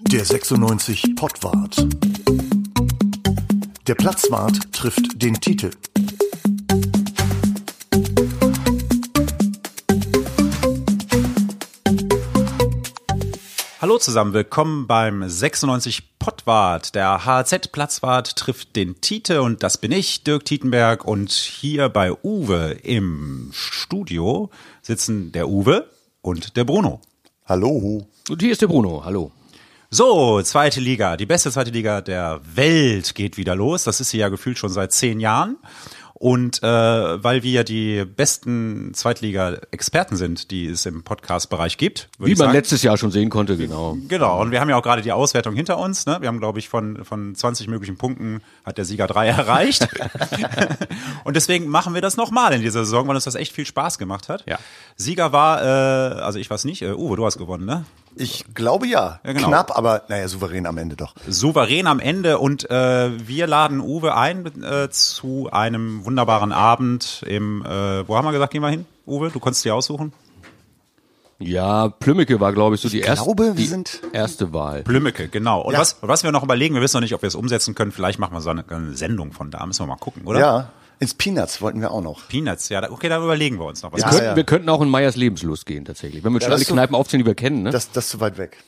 Der 96 Pottwart. Der Platzwart trifft den Titel. Hallo zusammen, willkommen beim 96 Pottwart. Der HZ Platzwart trifft den Tite und das bin ich, Dirk Tietenberg. Und hier bei Uwe im Studio sitzen der Uwe und der Bruno. Hallo. Und hier ist der Bruno, hallo. So, zweite Liga, die beste zweite Liga der Welt geht wieder los. Das ist sie ja gefühlt schon seit zehn Jahren. Und äh, weil wir ja die besten Zweitliga-Experten sind, die es im Podcast-Bereich gibt. würd Wie ich man sagen- letztes Jahr schon sehen konnte, genau. Genau, und wir haben ja auch gerade die Auswertung hinter uns. Ne? Wir haben, glaube ich, von, von 20 möglichen Punkten hat der Sieger drei erreicht. und deswegen machen wir das nochmal in dieser Saison, weil uns das echt viel Spaß gemacht hat. Ja. Sieger war, äh, also ich weiß nicht, äh, Uwe, du hast gewonnen, ne? Ich glaube ja. Ja, genau. Knapp, aber naja, souverän am Ende doch. souverän am Ende und äh, wir laden Uwe ein äh, zu einem wunderbaren Abend im, äh, wo haben wir gesagt, gehen wir hin? Uwe, du konntest dir aussuchen? Ja, Plümmeke war, glaube ich, so die erste, glaube, wir die sind- erste Wahl. Blümeke, genau. Und Ja. was, was wir noch überlegen, wir wissen noch nicht, ob wir es umsetzen können, vielleicht machen wir so eine, eine Sendung von da, müssen wir mal gucken, oder? Ja. Ins Peanuts wollten wir auch noch. Peanuts, ja, da- okay, dann überlegen wir uns noch was. Ja. Können- Könnten, Wir könnten auch in Meyers Lebenslust gehen, tatsächlich. Wenn wir schon das alle ist so- Kneipen aufzählen, die wir kennen, ne? Das, das ist zu weit weg.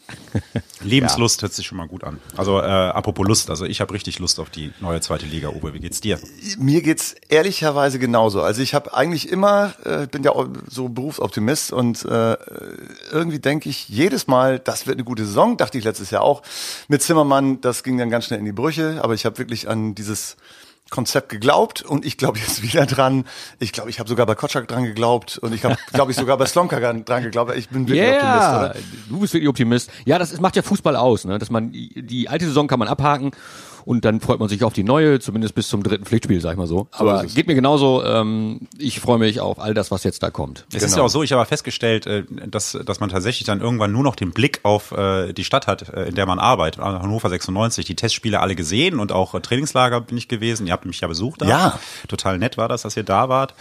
Lebenslust hört sich schon mal gut an. Also äh, apropos Lust, also ich habe richtig Lust auf die neue zweite Liga, Uwe, wie geht's dir? Mir geht's ehrlicherweise genauso. Also ich habe eigentlich immer, äh, bin ja auch so Berufsoptimist und äh, irgendwie denke ich jedes Mal, das wird eine gute Saison. Dachte ich letztes Jahr auch mit Zimmermann. Das ging dann ganz schnell in die Brüche. Aber ich habe wirklich an dieses Konzept geglaubt und ich glaube jetzt wieder dran. Ich glaube, ich habe sogar bei Kotschak dran geglaubt und ich habe, glaube ich, sogar bei Slomka dran geglaubt. Ich bin wirklich Optimist, yeah, oder? du bist wirklich Optimist. Ja, das ist, macht ja Fußball aus, ne? Dass man die alte Saison kann man abhaken und dann freut man sich auf die neue, zumindest bis zum dritten Pflichtspiel, sag ich mal so. Aber ist es. geht mir genauso. Ähm, ich freue mich auf all das, was jetzt da kommt. Es ist ja auch so, ich habe festgestellt, äh, dass, dass man tatsächlich dann irgendwann nur noch den Blick auf äh, die Stadt hat, äh, in der man arbeitet. Also Hannover 96, die Testspiele alle gesehen und auch äh, Trainingslager bin ich gewesen. Ihr habt mich ja besucht. Da. Ja. Total nett war das, dass ihr da wart.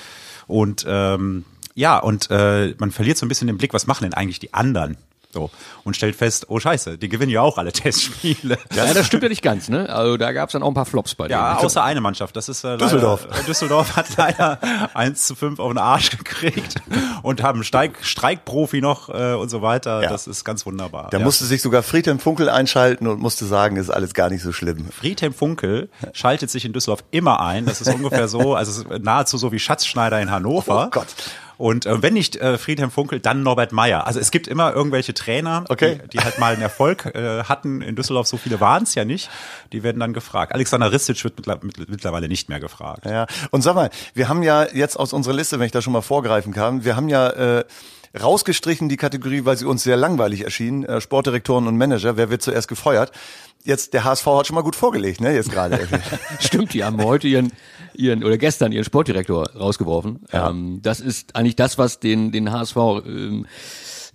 Und ähm, ja, und äh, man verliert so ein bisschen den Blick, was machen denn eigentlich die anderen? So. Und stellt fest, oh scheiße, die gewinnen ja auch alle Testspiele. ja, das stimmt ja nicht ganz, ne? Also da gab es dann auch ein paar Flops bei Ja, denen. außer eine Mannschaft. Das ist äh, leider- Düsseldorf. Düsseldorf hat leider 1 zu 5 auf den Arsch gekriegt und haben einen Steig, Streikprofi noch äh, und so weiter. Ja. Das ist ganz wunderbar. Da ja. musste sich sogar Friedhelm Funkel einschalten und musste sagen, ist alles gar nicht so schlimm. Friedhelm Funkel schaltet sich in Düsseldorf immer ein. Das ist ungefähr so, also es ist nahezu so wie Schatzschneider in Hannover. Oh Gott. Und äh, wenn nicht äh, Friedhelm Funkel, dann Norbert Meyer. Also es gibt immer irgendwelche Trainer, Okay. die, die halt mal einen Erfolg äh, hatten. In Düsseldorf so viele waren es ja nicht. Die werden dann gefragt. Alexander Ristic wird mittler- mittler- mittlerweile nicht mehr gefragt. Ja, und sag mal, wir haben ja jetzt aus unserer Liste, wenn ich da schon mal vorgreifen kann, wir haben ja äh, rausgestrichen die Kategorie, weil sie uns sehr langweilig erschien, äh, Sportdirektoren und Manager, wer wird zuerst gefeuert? Jetzt, der HSV hat schon mal gut vorgelegt, ne, jetzt gerade. Stimmt, die haben heute ihren, ihren oder gestern ihren Sportdirektor rausgeworfen. Ähm, das ist eigentlich das, was den, den HSV ähm,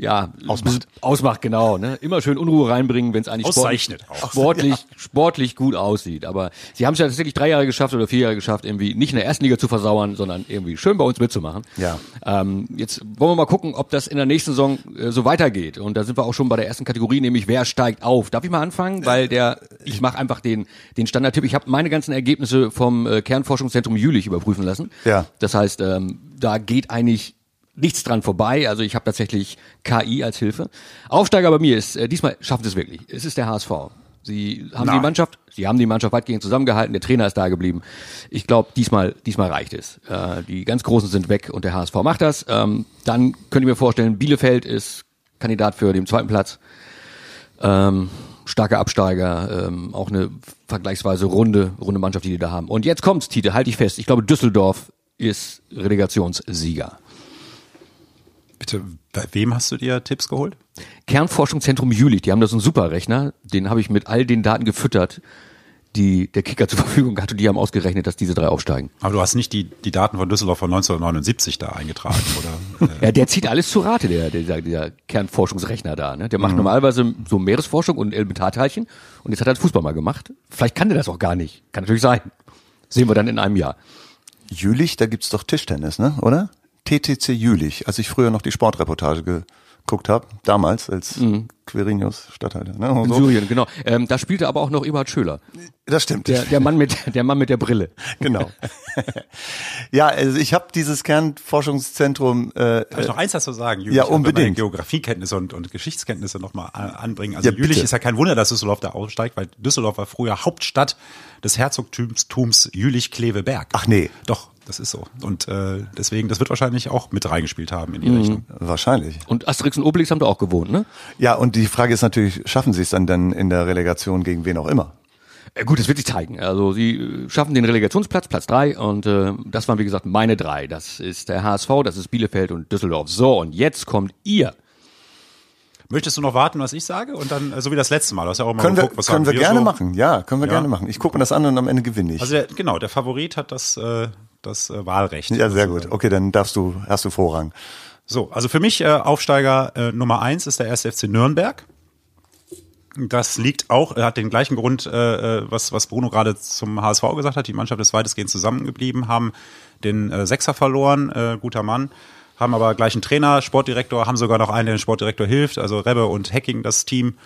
ja, ausmacht. ausmacht, genau. Ne? Immer schön Unruhe reinbringen, wenn es eigentlich Auszeichnet sportlich, auch. sportlich, sportlich gut aussieht. Aber sie haben es ja tatsächlich drei Jahre geschafft oder vier Jahre geschafft, irgendwie nicht in der ersten Liga zu versauern, sondern irgendwie schön bei uns mitzumachen. Ja. Ähm, jetzt wollen wir mal gucken, ob das in der nächsten Saison äh, so weitergeht. Und da sind wir auch schon bei der ersten Kategorie, nämlich wer steigt auf. Darf ich mal anfangen? Weil der, ich mache einfach den, den Standardtipp. Ich habe meine ganzen Ergebnisse vom äh, Kernforschungszentrum Jülich überprüfen lassen. Ja. Das heißt, ähm, da geht eigentlich nichts dran vorbei. Also ich habe tatsächlich KI als Hilfe. Aufsteiger bei mir ist, äh, diesmal schafft es wirklich. Es ist der HSV. Sie haben Nein. die Mannschaft, sie haben die Mannschaft weitgehend zusammengehalten, der Trainer ist da geblieben. Ich glaube, diesmal, diesmal reicht es. Äh, die ganz Großen sind weg und der HSV macht das. Ähm, dann könnt ihr mir vorstellen, Bielefeld ist Kandidat für den zweiten Platz. Ähm, starker Absteiger, ähm, auch eine vergleichsweise runde, runde Mannschaft, die die da haben. Und jetzt kommt's, Tite, halte ich fest. Ich glaube, Düsseldorf ist Relegationssieger. Bitte, bei wem hast du dir Tipps geholt? Kernforschungszentrum Jülich, die haben da so einen Superrechner, den habe ich mit all den Daten gefüttert, die der Kicker zur Verfügung hat und die haben ausgerechnet, dass diese drei aufsteigen. Aber du hast nicht die, die Daten von Düsseldorf von 1979 da eingetragen, oder? Äh, Ja, der zieht alles zu Rate, der, der, der Kernforschungsrechner da. Ne? Der macht normalerweise so Meeresforschung und Elementarteilchen und jetzt hat er das Fußball mal gemacht. Vielleicht kann der das auch gar nicht. Kann natürlich sein. Sehen wir dann in einem Jahr. Jülich, da gibt's doch Tischtennis, ne, oder? TTC Jülich, als ich früher noch die Sportreportage ge geguckt habe, damals als Quirinius Stadthalter. Ne? und In so. Syrien, genau. Ähm, da spielte aber auch noch Eberhard Schöler. Das stimmt. Der, der, Mann mit, der Mann mit der Brille. Genau. ja, also ich habe dieses Kernforschungszentrum äh, Kann ich noch eins dazu sagen, Jülich? Ja, Ich will meine unbedingt. Geografiekenntnisse und, und Geschichtskenntnisse nochmal anbringen. Also Ja, bitte. Jülich ist ja kein Wunder, dass Düsseldorf da aufsteigt, weil Düsseldorf war früher Hauptstadt des Herzogtums Jülich-Kleveberg. Ach nee. Doch, das ist so. Und äh, deswegen, das wird wahrscheinlich auch mit reingespielt haben in die Mhm. Rechnung. wahrscheinlich. Und Asterix und Obelix haben da auch gewohnt, ne? Ja, und die Frage ist natürlich, schaffen sie es dann denn in der Relegation gegen wen auch immer? Äh, Gut, das wird sich zeigen. Also sie äh, schaffen den Relegationsplatz, Platz drei, und äh, das waren wie gesagt meine drei. Das ist der HSV, das ist Bielefeld und Düsseldorf. So, und jetzt kommt ihr. Möchtest du noch warten, was ich sage? Und dann, äh, so wie das letzte Mal, du hast ja auch mal Können wir, geguckt, was können wir haben gerne so. machen. Ja, können wir Ja. gerne machen. Ich gucke mir das an und am Ende gewinne ich. Also der, genau, der Favorit hat das, äh, das äh, Wahlrecht. ja, sehr gut. Okay, dann darfst du, hast du Vorrang. So, also für mich äh, Aufsteiger äh, Nummer eins ist der 1. FC Nürnberg. Das liegt auch, äh, hat den gleichen Grund, äh, äh, was, was Bruno gerade zum HSV gesagt hat. Die Mannschaft ist weitestgehend zusammengeblieben, haben den äh, Sechser verloren, äh, guter Mann, haben aber gleichen Trainer, Sportdirektor, haben sogar noch einen, der dem Sportdirektor hilft, also Rebbe und Hacking, das Team.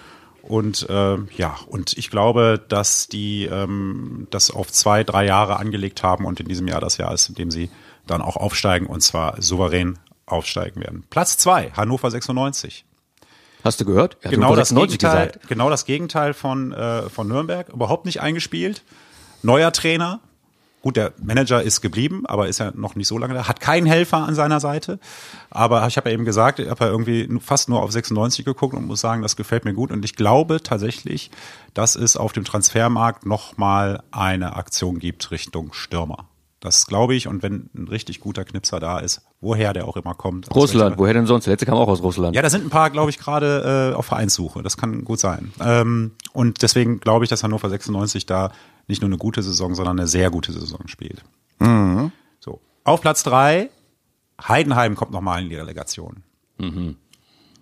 Und äh, ja, und ich glaube, dass die ähm, das auf zwei, drei Jahre angelegt haben und in diesem Jahr das Jahr ist, in dem sie dann auch aufsteigen und zwar souverän aufsteigen werden. Platz zwei, Hannover 96 Hast du gehört? Er hat genau Hannover das, 96 Gegenteil, genau das Gegenteil von, äh, von Nürnberg. Überhaupt nicht eingespielt. Neuer Trainer. Gut, der Manager ist geblieben, aber ist ja noch nicht so lange da. Hat keinen Helfer an seiner Seite. Aber ich habe ja eben gesagt, ich habe ja irgendwie nu- fast nur auf 96 geguckt und muss sagen, das gefällt mir gut. Und ich glaube tatsächlich, dass es auf dem Transfermarkt nochmal eine Aktion gibt Richtung Stürmer. Das glaube ich. Und wenn ein richtig guter Knipser da ist, woher der auch immer kommt. aus welcher- Russland, woher denn sonst? Der letzte kam auch aus Russland. ja, da sind ein paar, glaube ich, gerade äh, auf Vereinssuche. Das kann gut sein. Ähm, und deswegen glaube ich, dass Hannover 96 da nicht nur eine gute Saison, sondern eine sehr gute Saison spielt. So, auf Platz drei Heidenheim kommt nochmal in die Relegation.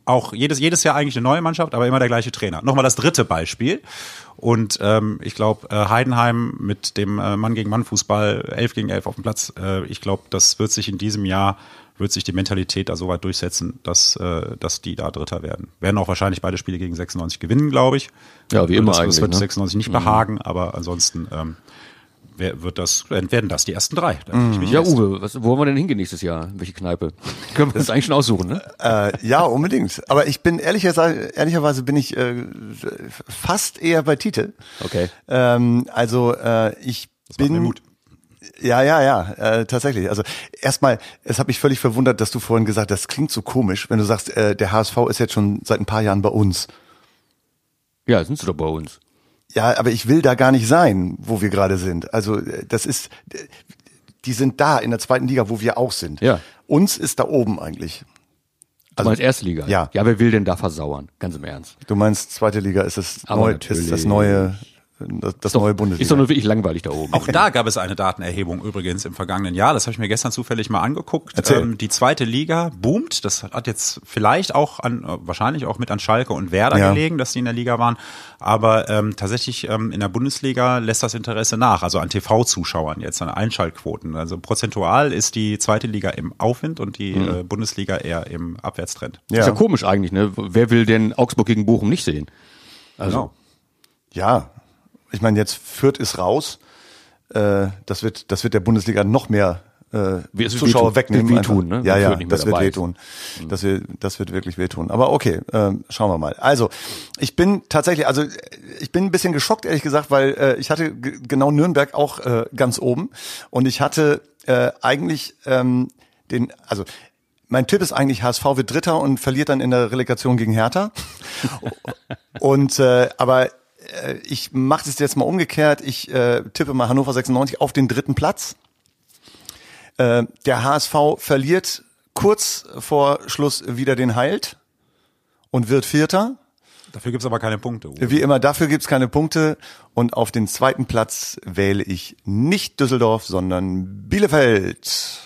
Auch jedes, jedes Jahr eigentlich eine neue Mannschaft, aber immer der gleiche Trainer. Nochmal das dritte Beispiel. Und ähm, ich glaube, äh, Heidenheim mit dem äh, Mann gegen Mann Fußball, 11 gegen 11 auf dem Platz, äh, ich glaube, das wird sich in diesem Jahr, wird sich die Mentalität da so weit durchsetzen, dass, äh, dass die da Dritter werden. Werden auch wahrscheinlich beide Spiele gegen 96 gewinnen, glaube ich. Ja, wie immer das, eigentlich, Das wird ne? 96 nicht behagen, aber ansonsten ähm, wer- wird das, werden das die ersten drei. Da bin ich mich Mhm. Ja, fest. Uwe, was, wo wollen wir denn hingehen nächstes Jahr? In Welche Kneipe? Können wir uns eigentlich schon aussuchen, ne? Äh, ja, unbedingt. Aber ich bin ehrlicherweise, ehrlicherweise bin ich äh, fast eher bei Tite. Okay. Ähm, also äh, ich Das macht bin mir Mut. Ja, ja, ja, äh, tatsächlich. Also erstmal, es hat mich völlig verwundert, dass du vorhin gesagt hast, das klingt so komisch, wenn du sagst, äh, der HSV ist jetzt schon seit ein paar Jahren bei uns. Ja, sind sie doch bei uns. Ja, aber ich will da gar nicht sein, wo wir gerade sind. Also äh, das ist, äh, die sind da in der zweiten Liga, wo wir auch sind. Ja. Uns ist da oben eigentlich. Also als Erstliga. Ja. Ja, wer will denn da versauern? Ganz im Ernst. Du meinst, zweite Liga ist das, Aber neu, natürlich. ist das neue, das, das neue Bundesliga. Ist doch nur wirklich langweilig da oben. Auch da gab es eine Datenerhebung übrigens im vergangenen Jahr. Das habe ich mir gestern zufällig mal angeguckt. Ähm, Erzähl. die zweite Liga boomt. Das hat jetzt vielleicht auch an, äh, wahrscheinlich auch mit an Schalke und Werder Ja. gelegen, dass die in der Liga waren. Aber ähm, tatsächlich ähm, in der Bundesliga lässt das Interesse nach. Also an TV-Zuschauern jetzt, an Einschaltquoten. Also prozentual ist die zweite Liga im Aufwind und die äh, Bundesliga eher im Abwärtstrend. Ist ja Mhm. ja, komisch eigentlich, ne? Wer will denn Augsburg gegen Bochum nicht sehen? also genau. ja, ich meine, jetzt Fürth ist raus. Äh, das wird, das wird der Bundesliga noch mehr äh, Wird Zuschauer wehtun. wegnehmen. Wird einfach. wehtun, ne? Ja, Wenn ja, Fürth nicht mehr das wird dabei ist. Hm. wehtun. Das wird, das wird wirklich wehtun. Aber okay, ähm, schauen wir mal. Also, ich bin tatsächlich, also äh, ich bin ein bisschen geschockt, ehrlich gesagt, weil äh, ich hatte g- genau Nürnberg auch äh, ganz oben und ich hatte äh, eigentlich ähm, den, also mein Tipp ist eigentlich, HSV wird Dritter und verliert dann in der Relegation gegen Hertha. Und äh, aber äh, ich mache das jetzt mal umgekehrt. Ich äh, tippe mal Hannover 96 auf den dritten Platz. Äh, der HSV verliert kurz vor Schluss wieder den Heilt und wird Vierter. Dafür gibt's aber keine Punkte. Uwe. Wie immer, dafür gibt's keine Punkte. Und auf den zweiten Platz wähle ich nicht Düsseldorf, sondern Bielefeld.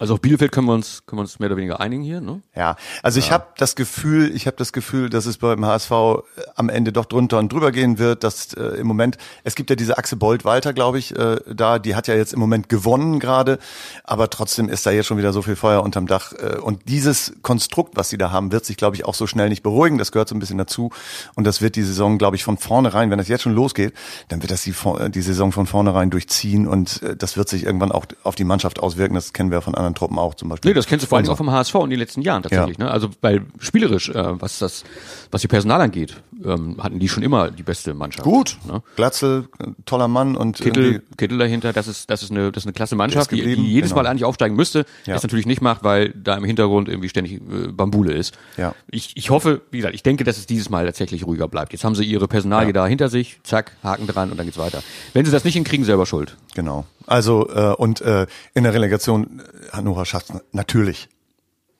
Also auf Bielefeld können wir uns, können wir uns mehr oder weniger einigen hier, ne? Ja, also ich habe das Gefühl, ich habe das Gefühl, dass es beim HSV äh, am Ende doch drunter und drüber gehen wird, dass äh, im Moment, es gibt ja diese Achse Bold Walter, glaube ich, äh, da, die hat ja jetzt im Moment gewonnen gerade, aber trotzdem ist da jetzt schon wieder so viel Feuer unterm Dach äh, und dieses Konstrukt, was sie da haben, wird sich glaube ich auch so schnell nicht beruhigen, das gehört so ein bisschen dazu und das wird die Saison, glaube ich, von vornherein, wenn das jetzt schon losgeht, dann wird das die, vor- die Saison von vornherein durchziehen und äh, das wird sich irgendwann auch auf die Mannschaft auswirken, das kennen wir von anderen Truppen auch zum Beispiel. Nee, das kennst du vor allem Also- auch vom HSV in den letzten Jahren tatsächlich. Ne? Also weil spielerisch, äh, was das, was die Personal angeht, ähm, hatten die schon immer die beste Mannschaft. Gut, Ne? Glatzel, äh, toller Mann und Kittel, irgendwie- Kittel dahinter, das ist, das ist eine, das ist eine klasse Mannschaft, Der die, ist die geblieben, jedes genau. Mal eigentlich aufsteigen müsste, Ja. das natürlich nicht macht, weil da im Hintergrund irgendwie ständig äh, Bambule ist. Ja. Ich, ich hoffe, wie gesagt, ich denke, dass es dieses Mal tatsächlich ruhiger bleibt. Jetzt haben sie ihre Personalie da hinter sich, zack, Haken dran und dann geht's weiter. Wenn sie das nicht hinkriegen, selber schuld. genau. Also äh, und äh, in der Relegation äh, Hannover schafft natürlich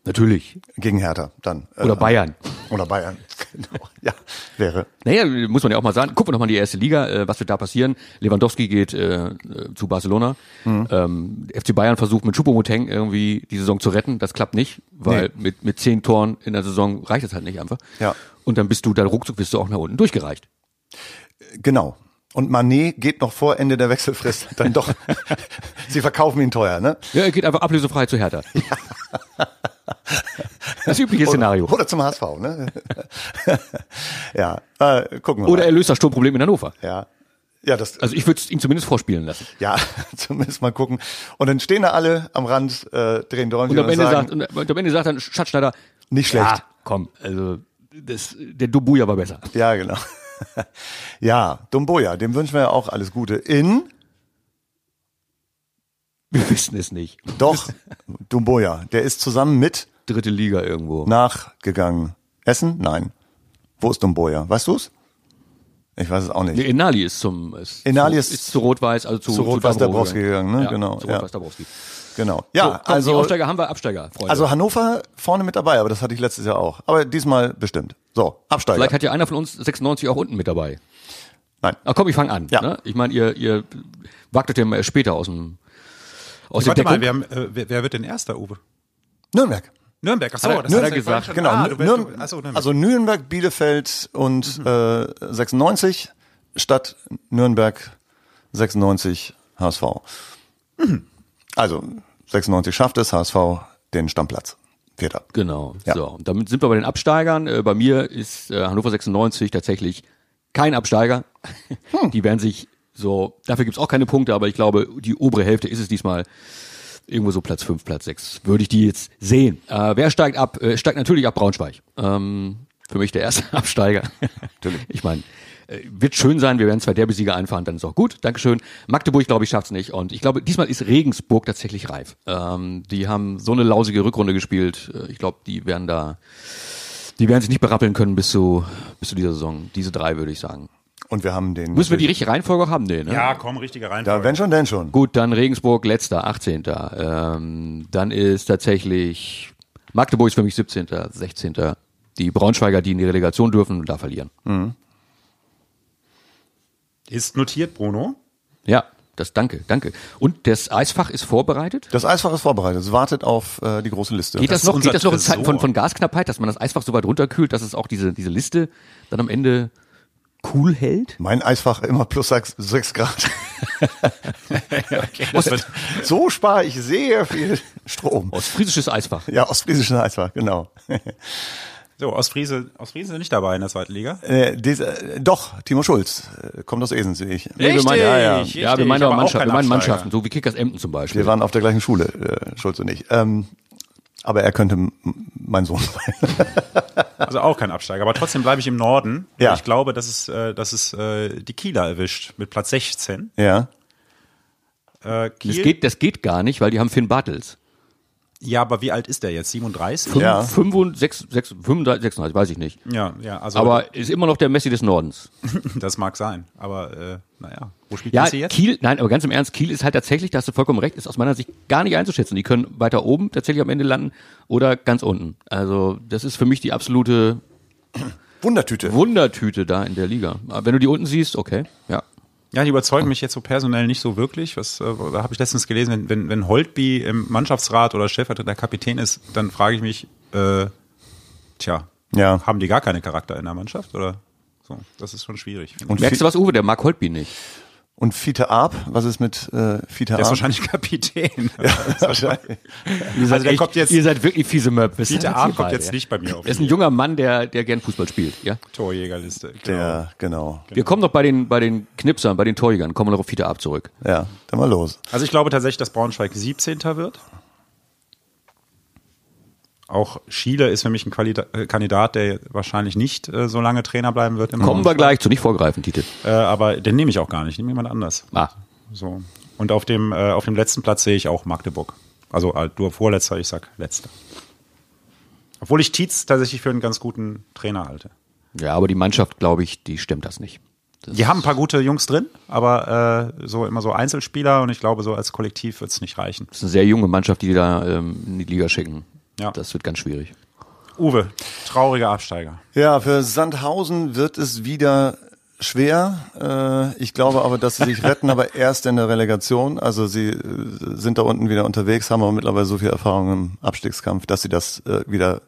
Natürlich. gegen Hertha dann äh, Oder Bayern. Oder Bayern. genau. Ja, wäre Naja, muss man ja auch mal sagen. Gucken wir nochmal in die erste Liga, äh, was wird da passieren. Lewandowski geht äh, äh, zu Barcelona. Mhm. Ähm, FC Bayern versucht mit Choupo-Moteng irgendwie die Saison zu retten. Das klappt nicht, weil mit, mit zehn Toren in der Saison reicht es halt nicht einfach. Ja. Und dann bist du, dann ruckzuck bist du auch nach unten durchgereicht. genau. Und Manet geht noch vor Ende der Wechselfrist dann doch. Sie verkaufen ihn teuer, ne? Ja, er geht einfach ablösefrei zu Hertha. Das übliche Szenario. Oder zum HSV, ne? ja, äh, gucken wir Oder mal. er löst das Sturmproblem in Hannover. Ja. Ja, das, Also ich würde es ihm zumindest vorspielen lassen. ja, zumindest mal gucken. Und dann stehen da alle am Rand, äh, drehen Däumchen Und am, Ende sagen, sagt, und, und am Ende sagt dann Schatzschneider, Nicht schlecht. Ja, komm, also das, der Dubuya war besser. Ja, genau. Ja, Dumboya, dem wünschen wir ja auch alles Gute. In, Wir wissen es nicht. doch, Dumboya, der ist zusammen mit Dritte Liga irgendwo. nachgegangen. Essen? Nein. Wo ist Dumboya? Weißt du's? Ich weiß es auch nicht. Nee, Enali ist zum ist, Enali zu, ist- ist zu Rot-Weiß, also zu, zu Rot-Weiß Dabrowski gegangen, ne? Ja, Genau, Zu ja. Rot-Weiß Dabrowski. Genau. So, Ja, komm, die also, Aufsteiger haben wir Absteiger, Freunde. also Hannover vorne mit dabei, aber das hatte ich letztes Jahr auch. Aber diesmal bestimmt. So, Absteiger. Vielleicht hat ja einer von uns 96 auch unten mit dabei. Nein. Ach komm, ich fange an. Ja. Ne? Ich meine, ihr, ihr wagtet ja mal später aus dem aus der Warte Deckung. mal, wir haben, äh, wer, wer wird denn erster, Uwe? Nürnberg. Nürnberg, ach so, Hat er- das hat hast er du ja vorhin gesagt, schon- Genau. Ah, du bist- Nürn ach so, Nürnberg. Mhm. Also Nürnberg, Bielefeld und äh, 96, Stadt Nürnberg 96, HSV. Mhm. Also 96 schafft es, HSV den Stammplatz. Vierter. Genau. Ja. So, und damit sind wir bei den Absteigern. Äh, bei mir ist äh, Hannover 96 tatsächlich kein Absteiger. Hm. Die werden sich so, dafür gibt's auch keine Punkte, aber ich glaube, die obere Hälfte ist es diesmal irgendwo so Platz 5, Platz 6. Würde ich die jetzt sehen. Äh, wer steigt ab? Äh, steigt natürlich ab Braunschweig. Ähm, für mich der erste Absteiger. Natürlich. Ich meine, äh, wird schön sein, wir werden zwei Derbysieger einfahren, dann ist auch gut. Dankeschön. Magdeburg, glaube ich, schafft's nicht. Und ich glaube, diesmal ist Regensburg tatsächlich reif. Ähm, die haben so eine lausige Rückrunde gespielt. Äh, Ich glaube, die werden da, die werden sich nicht berappeln können bis zu, bis zu dieser Saison. Diese drei, würde ich sagen. Und wir haben den. Müssen wir die richtige Reihenfolge auch haben? Nee, ne? Ja, komm, richtiger rein. Ja, wenn schon, denn schon. Gut, dann Regensburg letzter, 18. Ähm, dann ist tatsächlich Magdeburg ist für mich 17., 16. Die Braunschweiger, die in die Relegation dürfen und da verlieren. Ist notiert, Bruno. Ja, das danke, danke. Und das Eisfach ist vorbereitet? Das Eisfach ist vorbereitet. Es wartet auf äh, die große Liste. Geht das, ist noch, unser geht das noch in Zeiten von, Tresor. von Gasknappheit, dass man das Eisfach so weit runterkühlt, dass es auch diese, diese Liste dann am Ende cool hält? mein Eisfach immer plus 6, sechs Grad. Das wird, So spare ich sehr viel Strom. Ostfriesisches Eisfach. Ja, ostfriesischen Eisfach, genau. Äh, so, aus Friese, aus Friese sind nicht dabei in der zweiten Liga. Äh, des, äh, doch, Timo Schulz äh, kommt aus Esens, sehe ich. Nee, wir meinen, ja, ja. Richtig, ja, wir meinen, richtig, aber aber auch Mannschaft, kein wir meinen Absteiger. Mannschaften, so wie Kickers Emden zum Beispiel. Wir waren auf der gleichen Schule, äh, Schulz und ich. Ähm, aber er könnte m- mein Sohn sein. Also auch kein Absteiger. Aber trotzdem bleibe ich im Norden. Ja. Ich glaube, dass es, äh, dass es äh, die Kieler erwischt mit Platz 16. Ja. Äh, Kiel, Das geht, das geht gar nicht, weil die haben Finn Bartels. Ja, aber wie alt ist der jetzt? 37? Fünf, Ja. ja. 6, 6, 35, 36, weiß ich nicht. Ja, ja, also Aber ist immer noch der Messi des Nordens. das mag sein. Aber äh, naja, wo spielt Ja, Messi jetzt? Kiel, nein, aber ganz im Ernst, Kiel ist halt tatsächlich, da hast du vollkommen recht, ist aus meiner Sicht gar nicht einzuschätzen. Die können weiter oben tatsächlich am Ende landen oder ganz unten. Also, das ist für mich die absolute Wundertüte. Wundertüte da in der Liga. Aber wenn du die unten siehst, okay, ja. Ja, die überzeugen mich jetzt so personell nicht so wirklich. Was äh, da habe ich letztens gelesen, wenn, wenn, wenn Holtby im Mannschaftsrat oder stellvertretender Kapitän ist, dann frage ich mich, äh, tja, Ja. haben die gar keine Charakter in der Mannschaft oder so? Das ist schon schwierig. finde ich. Und, Merkst du Fi was, Uwe? Der mag Holtby nicht. und Fiete Arp, was ist mit äh, Fiete der ist Arp? wahrscheinlich Kapitän. wahrscheinlich. Ihr Also der kommt jetzt- Ihr seid wirklich fiese Möb. Was Dieter seid Arp ihr kommt beide, jetzt ja? nicht bei mir auf Er ist die ein junger Mann, der, der gern Fußball spielt, ja? Torjägerliste. Genau. Der, genau. Wir kommen noch bei den, bei den Knipsern, bei den Torjägern, kommen wir noch auf Fiete Arp zurück. Ja, dann mal los. Also ich glaube tatsächlich, dass Braunschweig 17. wird. Auch Schiele ist für mich ein Qualita äh, Kandidat, der wahrscheinlich nicht äh, so lange Trainer bleiben wird. im Kommen wir Braunschweig. gleich zu, nicht vorgreifen, Tite. Äh, aber den nehme ich auch gar nicht, nehme jemand anders. Ah, So. Und auf dem, äh, auf dem letzten Platz sehe ich auch Magdeburg. Also äh, du vorletzter, ich sag letzter. Obwohl ich Tietz tatsächlich für einen ganz guten Trainer halte. ja, aber die Mannschaft, glaube ich, die stemmt das nicht. Die haben ein paar gute Jungs drin, aber äh, so immer so Einzelspieler und ich glaube, so als Kollektiv wird es nicht reichen. Das ist eine sehr junge Mannschaft, die die da ähm, in die Liga schicken. Ja. Das wird ganz schwierig. Uwe, trauriger Absteiger. Ja, für Sandhausen wird es wieder schwer. Äh, Ich glaube aber, dass sie sich retten, aber erst in der Relegation. Also sie äh, sind da unten wieder unterwegs, haben aber mittlerweile so viel Erfahrung im Abstiegskampf, dass sie das äh, wieder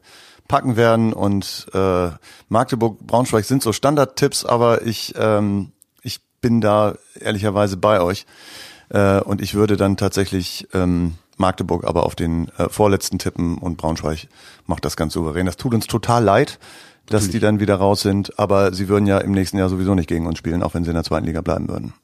packen werden. Und äh, Magdeburg, Braunschweig sind so Standardtipps, aber ich, ähm, ich bin da ehrlicherweise bei euch. Äh, Und ich würde dann tatsächlich ähm, Magdeburg aber auf den äh, vorletzten tippen und Braunschweig macht das ganz souverän. Das tut uns total leid, dass die dann wieder raus sind, aber sie würden ja im nächsten Jahr sowieso nicht gegen uns spielen, auch wenn sie in der zweiten Liga bleiben würden.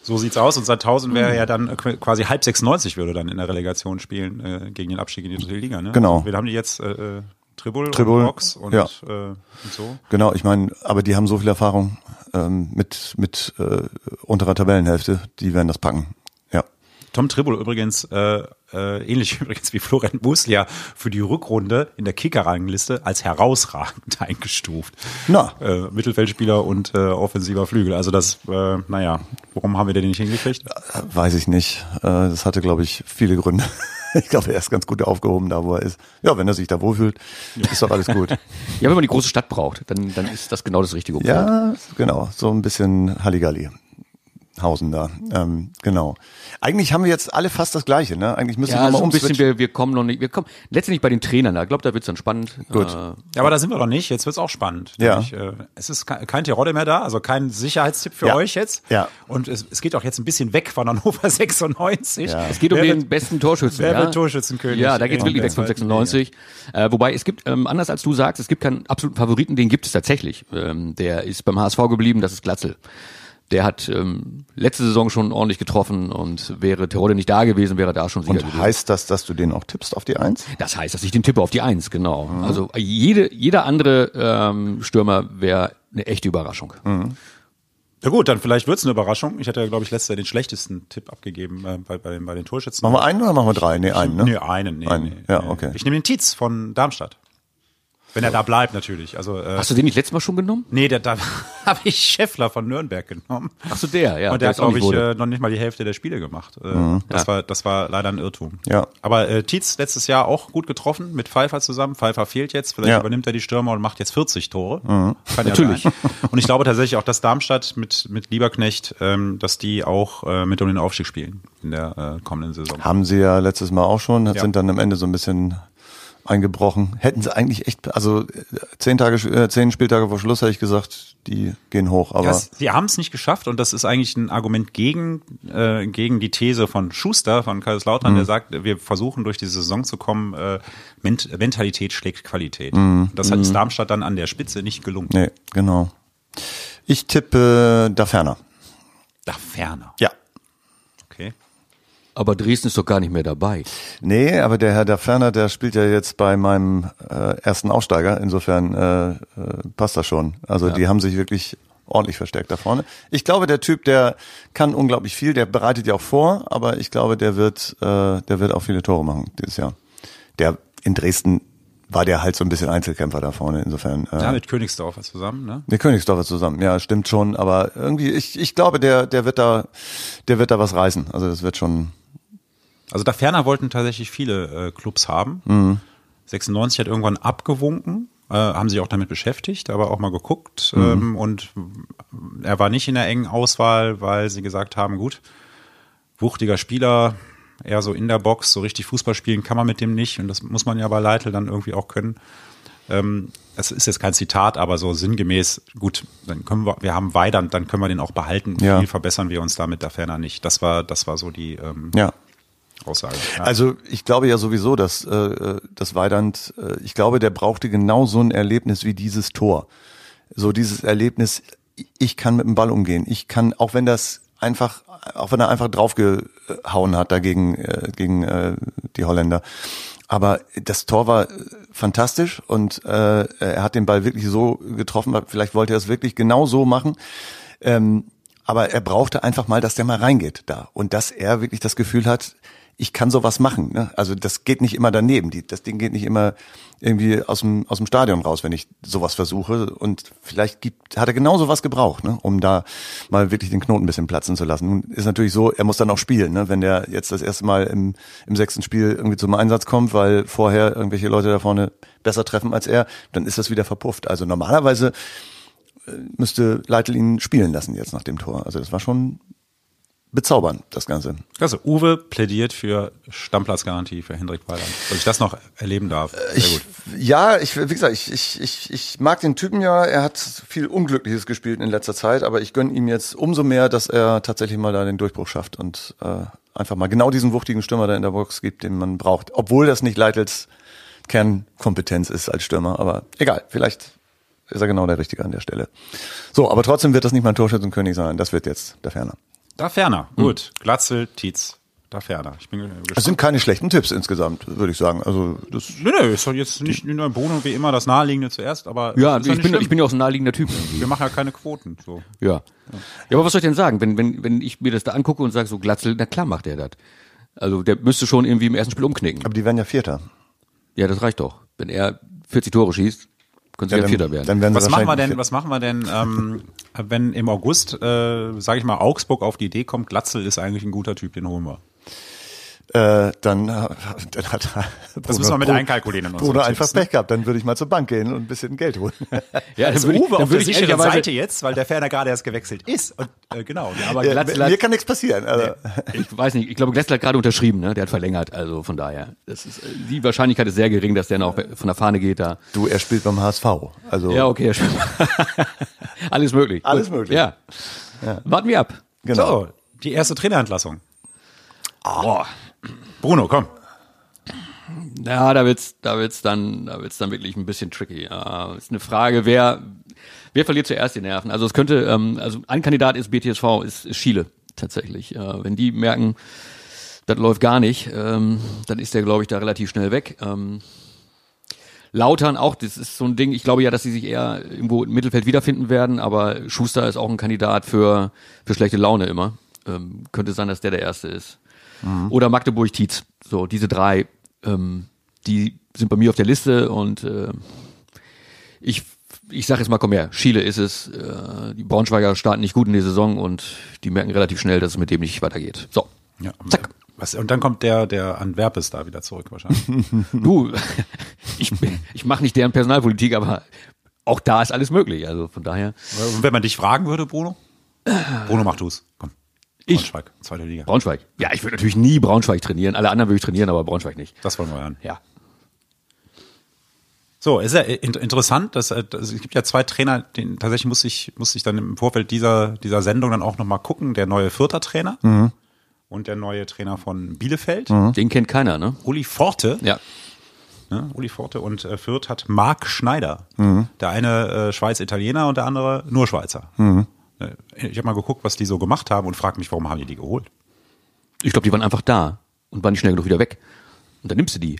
So sieht's aus. Und Sandhausen wäre Hm. ja dann äh, qu- quasi halb 96 würde dann in der Relegation spielen äh, gegen den Abstieg in die dritte Liga. Ne? Genau. wir haben die jetzt äh, äh, Tribul, Tribul, und Box und, ja. äh, und so. Genau, ich meine, aber die haben so viel Erfahrung ähm, mit, mit äh, unterer Tabellenhälfte, die werden das packen. Ja. Tom Tribul übrigens, äh, äh, ähnlich übrigens wie Florian Buslia, für die Rückrunde in der Kicker-Rangliste als herausragend eingestuft. Na. Äh, Mittelfeldspieler und äh, offensiver Flügel. Also das, äh, naja, warum haben wir den nicht hingekriegt? Äh, Weiß ich nicht. Äh, Das hatte, glaube ich, viele Gründe. Ich glaube, er ist ganz gut aufgehoben da, wo er ist. Ja, wenn er sich da wohlfühlt, ist doch alles gut. Ja, wenn man die große Stadt braucht, dann, dann ist das genau das richtige Umfeld. Ja, genau. So ein bisschen Halligalli. Hausen da. Ähm, genau. Eigentlich haben wir jetzt alle fast das Gleiche, ne? Eigentlich müssen Ja, wir mal so ein bisschen, umswitchen. wir, wir kommen noch nicht, wir kommen letztendlich bei den Trainern da. Ich glaube, da wird's dann spannend. Gut. Äh, Ja, aber da sind wir doch nicht. Jetzt wird's auch spannend. Ja. Ich, äh, es ist ke- kein Tirode mehr da, also kein Sicherheitstipp für Ja. euch jetzt. Ja. Und es, es geht auch jetzt ein bisschen weg von Hannover 96. Ja. Es geht um Wer den wird- besten Torschützen. wer ja. wird Torschützenkönig Ja, da geht's in wirklich der weg von zweiten 96. Äh, wobei es gibt, ähm, anders als du sagst, es gibt keinen absoluten Favoriten, den gibt es tatsächlich. Ähm, der ist beim HSV geblieben, das ist Glatzel. Der hat ähm, letzte Saison schon ordentlich getroffen und wäre Terodde nicht da gewesen, wäre er da schon sicher Und gewesen. heißt das, dass du den auch tippst auf die Eins? Das heißt, dass ich den tippe auf die Eins, genau. Mhm. Also jede, jeder andere ähm, Stürmer wäre eine echte Überraschung. Mhm. Ja gut, dann vielleicht wird's eine Überraschung. Ich hatte ja, glaube ich, letztes Jahr den schlechtesten Tipp abgegeben äh, bei, bei, den, bei den Torschützen. Machen wir einen oder machen wir drei? Nee, einen, ne? Nee, einen. Nee, Einen. Nee, Ja, nee. okay. Ich nehme den Tietz von Darmstadt. Wenn er da bleibt, natürlich. Also, äh, Hast du den nicht letztes Mal schon genommen? nee, da, da habe ich Schäffler von Nürnberg genommen. Ach so, der, ja. Und der ist hat, auch glaube nicht ich, wurde. Mhm. äh, noch nicht mal die Hälfte der Spiele gemacht. Äh, das, Ja. war, das war leider ein Irrtum. Ja. Aber äh, Tietz letztes Jahr auch gut getroffen mit Pfeiffer zusammen. Pfeiffer fehlt jetzt, vielleicht Ja. übernimmt er die Stürmer und macht jetzt 40 Tore. Kann Mhm. Natürlich. Ja sein. Und ich glaube tatsächlich auch, dass Darmstadt mit, mit Lieberknecht, ähm, dass die auch äh, mit um den Aufstieg spielen in der äh, kommenden Saison. Haben sie ja letztes Mal auch schon, Ja. sind dann am Ende so ein bisschen eingebrochen. Hätten sie eigentlich echt, also äh, zehn Tage, äh, zehn Spieltage vor Schluss hätte ich gesagt, die gehen hoch, aber Das, sie haben es nicht geschafft und das ist eigentlich ein Argument gegen, äh, gegen die These von Schuster, von Kaiserslautern, Mhm. der sagt, wir versuchen durch diese Saison zu kommen, äh, Ment Mentalität schlägt Qualität. Mhm. Das hat Darmstadt dann an der Spitze nicht gelungen. nee, genau. Ich tippe da ferner. Da ferner. Ja. Okay. Aber Dresden ist doch gar nicht mehr dabei. Nee, aber der Herr da Ferner, der spielt ja jetzt bei meinem äh, ersten Aufsteiger. Insofern äh, äh, passt das schon. Also die haben sich wirklich ordentlich verstärkt da vorne. Ich glaube, der Typ, der kann unglaublich viel, der bereitet ja auch vor, aber ich glaube, der wird, äh, der wird auch viele Tore machen dieses Jahr. Der in Dresden war der halt so ein bisschen Einzelkämpfer da vorne. Insofern. Äh, Ja, mit Königsdorfer zusammen, ne? mit Königsdorfer zusammen, ja, stimmt schon, aber irgendwie, ich, ich glaube, der, der wird da, der wird da was reißen. Also das wird schon, Also da ferner wollten tatsächlich viele äh, Clubs haben. Mhm. 96 hat irgendwann Mhm. abgewunken, äh, haben sich auch damit beschäftigt, aber auch mal geguckt ähm, und er war nicht in der engen Auswahl, weil sie gesagt haben, gut, wuchtiger Spieler, eher so in der Box, so richtig Fußball spielen kann man mit dem nicht und das muss man ja bei Leitl dann irgendwie auch können. Ähm, es ist jetzt kein Zitat, aber so sinngemäß, gut, dann können wir, wir haben Weidand, dann können wir den auch behalten. Ja. Viel verbessern wir uns damit da ferner nicht. Das war, das war so die ähm, Ja. Aussage. Ja. Also ich glaube ja sowieso, dass äh, das Weidand, äh, ich glaube, der brauchte genau so ein Erlebnis wie dieses Tor. So dieses Erlebnis, ich kann mit dem Ball umgehen. Ich kann, auch wenn das einfach, auch wenn er einfach draufgehauen hat dagegen äh, gegen äh, die Holländer. Aber das Tor war äh, fantastisch und äh, er hat den Ball wirklich so getroffen. Vielleicht wollte er es wirklich genau so machen. Aber er brauchte einfach mal, dass der mal reingeht da. Und dass er wirklich das Gefühl hat, ich kann sowas machen. Ne? Also das geht nicht immer daneben. Die, das Ding geht nicht immer irgendwie aus dem, aus dem Stadion raus, wenn ich sowas versuche. Und vielleicht gibt, hat er genau sowas gebraucht, ne? um da mal wirklich den Knoten ein bisschen platzen zu lassen. Nun ist natürlich so, er muss dann auch spielen. Ne? Wenn der jetzt das erste Mal im, im sechsten Spiel irgendwie zum Einsatz kommt, weil vorher irgendwelche Leute da vorne besser treffen als er, dann ist das wieder verpufft. Also normalerweise müsste Leitl ihn spielen lassen jetzt nach dem Tor. Also das war schon bezaubernd, das Ganze. Also Uwe plädiert für Stammplatzgarantie für Hendrik Weiland, dass ich das noch erleben darf. Äh, Sehr gut. ja, ich, wie gesagt, ich, ich, ich, ich mag den Typen ja. Er hat viel Unglückliches gespielt in letzter Zeit, aber ich gönne ihm jetzt umso mehr, dass er tatsächlich mal da den Durchbruch schafft und äh, einfach mal genau diesen wuchtigen Stürmer da in der Box gibt, den man braucht. Obwohl das nicht Leitls Kernkompetenz ist als Stürmer, aber egal, vielleicht ist er genau der Richtige an der Stelle. So, aber trotzdem wird das nicht mein Torschützenkönig sein. Das wird jetzt der Ferner. Da ferner. Hm. Gut. Glatzel, Tietz. Da ferner. Ich bin ge- Das gespannt. sind keine schlechten Tipps insgesamt, würde ich sagen. Also das Nö, nö, ist doch jetzt nicht nur Bruno wie immer das Naheliegende zuerst, aber Ja, ist doch ich nicht bin, schlimm. ich bin ja auch so ein naheliegender Typ. irgendwie. wir machen ja keine Quoten. So. Ja. Ja, aber was soll ich denn sagen, wenn, wenn, wenn ich mir das da angucke und sage, so Glatzel, na klar macht der das. Also der müsste schon irgendwie im ersten Spiel umknicken. Aber die werden ja Vierter. Ja, das reicht doch. Wenn er 40 Tore schießt, können sie ja, dann, Vierter werden. Dann werden sie Was machen wir wahrscheinlich denn, was machen wir denn, ähm, wenn im August, äh, sage ich mal, Augsburg auf die Idee kommt, Glatzel ist eigentlich ein guter Typ, den holen wir. Äh, dann, äh, dann hat Das müssen wir mit einkalkulieren in unseren Bruno Tipps, einfach ne? Pech gehabt, dann würde ich mal zur Bank gehen und ein bisschen Geld holen. ja, dann würde ich, dann würde ich ehrlicherweise, jetzt, weil der Ferner gerade erst gewechselt ist. Und, äh, genau. Ja, aber aber Glatzel Mir hat, kann nichts passieren. Also, ich weiß nicht, ich glaube, Glatzel hat gerade unterschrieben, ne? Der hat verlängert, also von daher. Das ist, äh, die Wahrscheinlichkeit ist sehr gering, dass der noch von der Fahne geht da. Du, er spielt beim HSV. Also Ja, okay. Alles möglich. Alles Gut. möglich. Ja. Warten wir ab. genau. So, die erste Trainerentlassung. Ah. Bruno, komm. Ja, da wird's, da wird's dann, da wird's dann wirklich ein bisschen tricky. Ja, ist eine Frage, wer, wer verliert zuerst die Nerven? Also es könnte, ähm, also ein Kandidat ist BTSV, ist, ist Chile tatsächlich. Äh, wenn die merken, das läuft gar nicht, ähm, dann ist der, glaube ich, da relativ schnell weg. Ähm, Lautern auch, das ist so ein Ding, ich glaube ja, dass sie sich eher irgendwo im Mittelfeld wiederfinden werden, aber Schuster ist auch ein Kandidat für, für schlechte Laune immer. Ähm, könnte sein, dass der der Erste ist. Oder Magdeburg-Tietz. So, diese drei, ähm, die sind bei mir auf der Liste und äh, ich, ich sage jetzt mal, komm her, Chile ist es. Äh, die Braunschweiger starten nicht gut in die Saison und die merken relativ schnell, dass es mit dem nicht weitergeht. So, Ja, zack. Was, und dann kommt der, der Anwerpes da wieder zurück wahrscheinlich. Du, ich, ich mache nicht deren Personalpolitik, aber auch da ist alles möglich. Also von daher. und wenn man dich fragen würde, Bruno? Bruno, mach du's. Komm. Ich? Braunschweig, zweite Liga. Braunschweig. Ja, ich würde natürlich nie Braunschweig trainieren. Alle anderen würde ich trainieren, aber Braunschweig nicht. Das wollen wir hören. Ja. So, ist ja in, interessant, dass, äh, dass- es gibt ja zwei Trainer, den tatsächlich muss ich, muss ich dann im Vorfeld dieser, dieser Sendung dann auch nochmal gucken. Der neue Fürther Trainer Mhm. und der neue Trainer von Bielefeld, Den kennt keiner, ne? Uli Forte. Ja. Ne? Uli Forte und äh, Fürth hat Marc Schneider. Der eine äh, Schweiz-Italiener und der andere nur Schweizer. Ne, Ich habe mal geguckt, was die so gemacht haben und frage mich, warum haben die die geholt? Ich glaube, die waren einfach da und waren nicht schnell genug wieder weg. Und dann nimmst du die.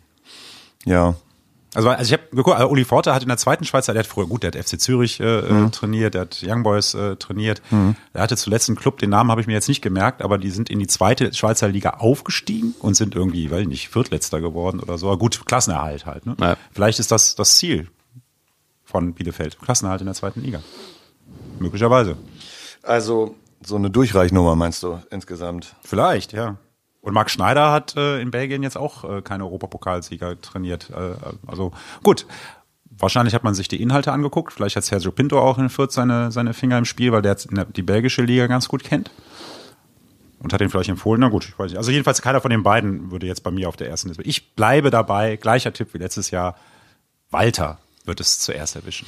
Ja. Also, also ich habe geguckt, also Uli Forte hat in der zweiten Schweizer, der hat früher, gut, der hat FC Zürich äh, äh, trainiert, der hat Young Boys äh, trainiert. Er hatte zuletzt einen Club, den Namen habe ich mir jetzt nicht gemerkt, aber die sind in die zweite Schweizer Liga aufgestiegen und sind irgendwie, weiß ich nicht, Viertletzter geworden oder so. Aber gut, Klassenerhalt halt. Ne? Ja. Vielleicht ist das das Ziel von Bielefeld, Klassenerhalt in der zweiten Liga. Möglicherweise. Also so eine Durchreichnummer meinst du insgesamt? Vielleicht, ja. Und Marc Schneider hat äh, in Belgien jetzt auch äh, keinen Europapokalsieger trainiert. Äh, also äh, gut, wahrscheinlich hat man sich die Inhalte angeguckt. Vielleicht hat Sergio Pinto auch in Fürth seine, seine Finger im Spiel, weil der jetzt in der, die belgische Liga ganz gut kennt. Und hat ihn vielleicht empfohlen. Na gut, ich weiß nicht. Also jedenfalls keiner von den beiden würde jetzt bei mir auf der ersten Liste. Ich bleibe dabei, gleicher Tipp wie letztes Jahr. Walter wird es zuerst erwischen.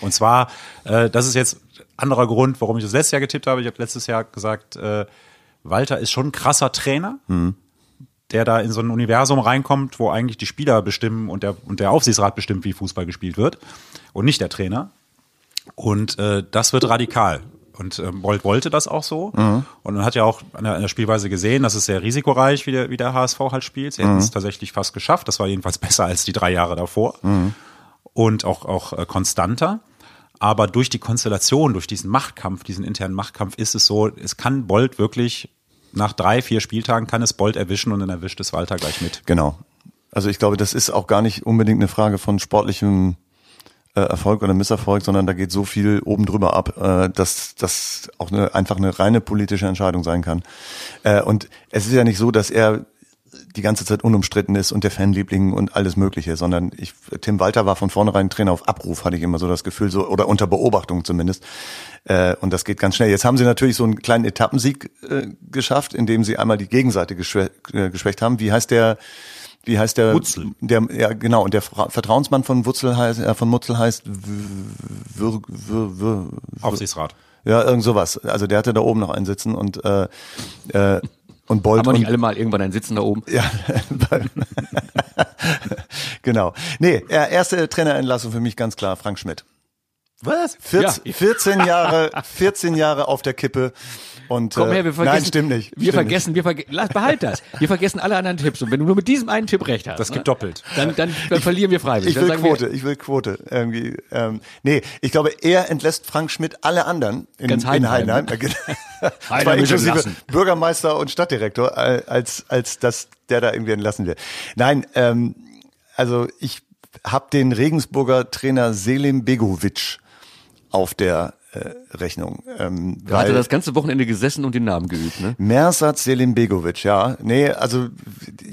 Und zwar, äh, das ist jetzt anderer Grund, warum ich das letztes Jahr getippt habe. Ich habe letztes Jahr gesagt, äh, Walter ist schon ein krasser Trainer, der da in so ein Universum reinkommt, wo eigentlich die Spieler bestimmen und der, und der Aufsichtsrat bestimmt, wie Fußball gespielt wird und nicht der Trainer. Und äh, das wird radikal. Und äh, Bolt wollte das auch so. Mhm. Und man hat ja auch an der, an der Spielweise gesehen, das ist sehr risikoreich, wie der, wie der HSV halt spielt. Sie hätten Mhm. es tatsächlich fast geschafft. Das war jedenfalls besser als die drei Jahre davor. Mhm. Und auch, auch äh, konstanter. Aber durch die Konstellation, durch diesen Machtkampf, diesen internen Machtkampf, ist es so, es kann Bolt wirklich, nach drei, vier Spieltagen kann es Bolt erwischen und dann erwischt es Walter gleich mit. Genau. Also ich glaube, das ist auch gar nicht unbedingt eine Frage von sportlichem äh, Erfolg oder Misserfolg, sondern da geht so viel oben drüber ab, äh, dass das auch eine, einfach eine reine politische Entscheidung sein kann. Äh, und es ist ja nicht so, dass er die ganze Zeit unumstritten ist und der Fanliebling und alles Mögliche, sondern ich, Tim Walter war von vornherein Trainer auf Abruf, hatte ich immer so das Gefühl, so oder unter Beobachtung zumindest. Äh, und das geht ganz schnell. Jetzt haben sie natürlich so einen kleinen Etappensieg äh, geschafft, indem sie einmal die Gegenseite geschwä äh, geschwächt haben. Wie heißt der? Wie heißt der? Wutzel. Der, ja, genau. Und der Fra Vertrauensmann von Wutzel heißt, äh, von Mutzel heißt W- Wür- Wür- Wür- Aufsichtsrat. ja irgend sowas. Also der hatte da oben noch einen sitzen und äh, äh, und Bolt Haben wir und, nicht alle mal irgendwann einen Sitzen da oben? ja, genau. Nee, ja, erste Trainerentlassung für mich ganz klar, Frank Schmidt. Was? 14, Ja. 14 Jahre, 14 Jahre auf der Kippe und Komm äh, her, wir vergessen. nein, stimmt nicht. Wir stimmt vergessen, wir vergessen, behalt das. Wir vergessen alle anderen Tipps. Und wenn du nur mit diesem einen Tipp recht hast, ne, Das Äh, gibt doppelt. Dann, dann, dann verlieren wir freiwillig. Ich will dann sagen wir- Quote, ich will Quote. Irgendwie, ähm, nee, ich glaube, er entlässt Frank Schmidt alle anderen in, Ganz Heidenheim. in Heidenheim. Äh, Heidenheim Zwar ist inklusive entlassen. Bürgermeister und Stadtdirektor, äh, als, als dass der da irgendwie entlassen wird. Nein, ähm, also ich habe den Regensburger Trainer Selim Begovic auf der äh, Rechnung. Ähm, Da hat weil- er das ganze Wochenende gesessen und den Namen geübt, ne? Mersat Selimbegovic, ja. Nee, also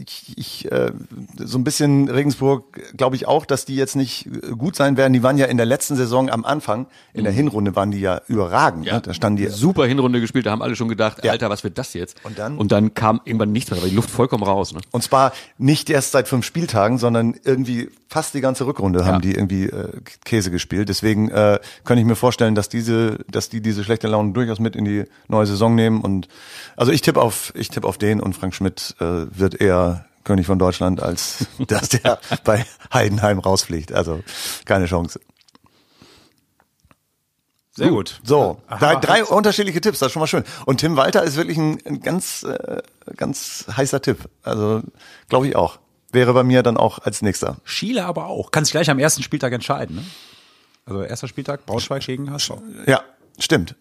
ich, ich äh, so ein bisschen Regensburg glaube ich auch, dass die jetzt nicht äh, gut sein werden. Die waren ja in der letzten Saison am Anfang, in der Hinrunde waren die ja überragend. Ne? Da standen die Super Hinrunde gespielt, da haben alle schon gedacht, Ja. Alter, was wird das jetzt? Und dann? Und dann kam irgendwann nichts mehr, da war die Luft vollkommen raus, ne? und zwar nicht erst seit fünf Spieltagen, sondern irgendwie fast die ganze Rückrunde haben die irgendwie äh, Käse gespielt. Deswegen äh, kann ich mir vorstellen, dass diese, dass die diese schlechte Laune durchaus mit in die neue Saison nehmen. Und also ich tippe auf, ich tippe auf den und Frank Schmidt äh, wird eher König von Deutschland, als dass der bei Heidenheim rausfliegt. Also keine Chance. Sehr gut. So, Aha. drei, drei unterschiedliche Tipps, das ist schon mal schön. Und Tim Walter ist wirklich ein, ein ganz, äh, ganz heißer Tipp. Also glaube ich auch. Wäre bei mir dann auch als nächster. Chile aber auch. Kann sich gleich am ersten Spieltag entscheiden. Ne? Also erster Spieltag, Braunschweig gegen HSV. Ja, stimmt.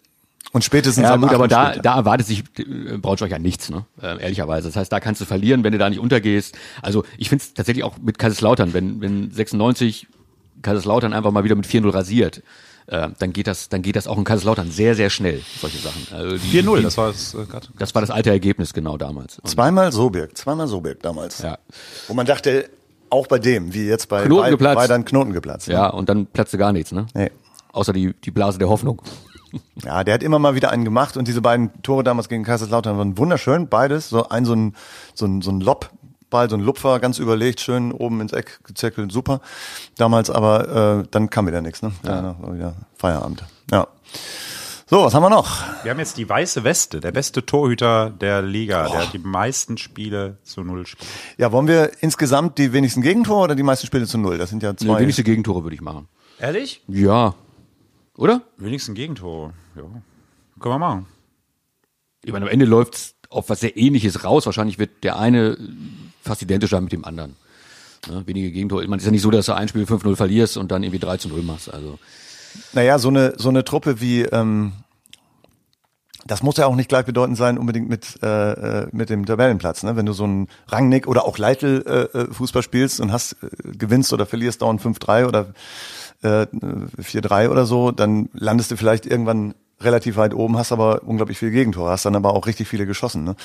Und spätestens Ja, am gut, aber achten da, Spieltag. da erwartet sich äh, Braunschweig ja nichts, ne? Äh, ehrlicherweise. Das heißt, da kannst du verlieren, wenn du da nicht untergehst. Also ich finde es tatsächlich auch mit Kaiserslautern, wenn, wenn 96 Kaiserslautern einfach mal wieder mit 4-0 rasiert, äh, dann geht das, dann geht das auch in Kaiserslautern sehr, sehr schnell, solche Sachen. Also die- 4-0, die- das war es äh, gerade. Das war das alte Ergebnis genau damals. Und, Zweimal Soberg, zweimal Soberg damals. ja. Wo man dachte, auch bei dem, wie jetzt bei Knoten bei- geplatzt. bei dann Knoten geplatzt. ne? ja, und dann platzte gar nichts, ne? Nee. Außer die, die Blase der Hoffnung. Ja, der hat immer mal wieder einen gemacht und diese beiden Tore damals gegen Kaiserslautern waren wunderschön, beides. So ein, so ein, so ein, so ein Lobball, so ein Lupfer, ganz überlegt, schön oben ins Eck gezirkelt, super. Damals aber, äh, dann kam wieder nichts, ne? Ja. war wieder Feierabend. Ja. So, was haben wir noch? Wir haben jetzt die weiße Weste, der beste Torhüter der Liga, der die meisten Spiele zu Null spielt. Ja, wollen wir insgesamt die wenigsten Gegentore oder die meisten Spiele zu Null? Das sind ja Ne, zwei. wenigste Gegentore würde ich machen. Ehrlich? Ja. Oder? Wenigstens Gegentore. Ja. Können wir machen. Ich meine, am Ende läuft's auf was sehr ähnliches raus. Wahrscheinlich wird der eine äh, fast identisch sein mit dem anderen. Ne? Wenige Gegentore. Ich meine, es ist ja nicht so, dass du ein Spiel 5-0 verlierst und dann irgendwie 13-0 machst. Also Naja, so eine, so eine Truppe wie, ähm, das muss ja auch nicht gleichbedeutend sein, unbedingt mit, äh, äh, mit dem Tabellenplatz. Ne? Wenn du so einen Rangnick oder auch Leitl äh, äh, Fußball spielst und hast, äh, gewinnst oder verlierst dauernd 5-3 oder äh, 4-3 oder so, dann landest du vielleicht irgendwann relativ weit oben, hast aber unglaublich viele Gegentore, hast dann aber auch richtig viele geschossen. Ne?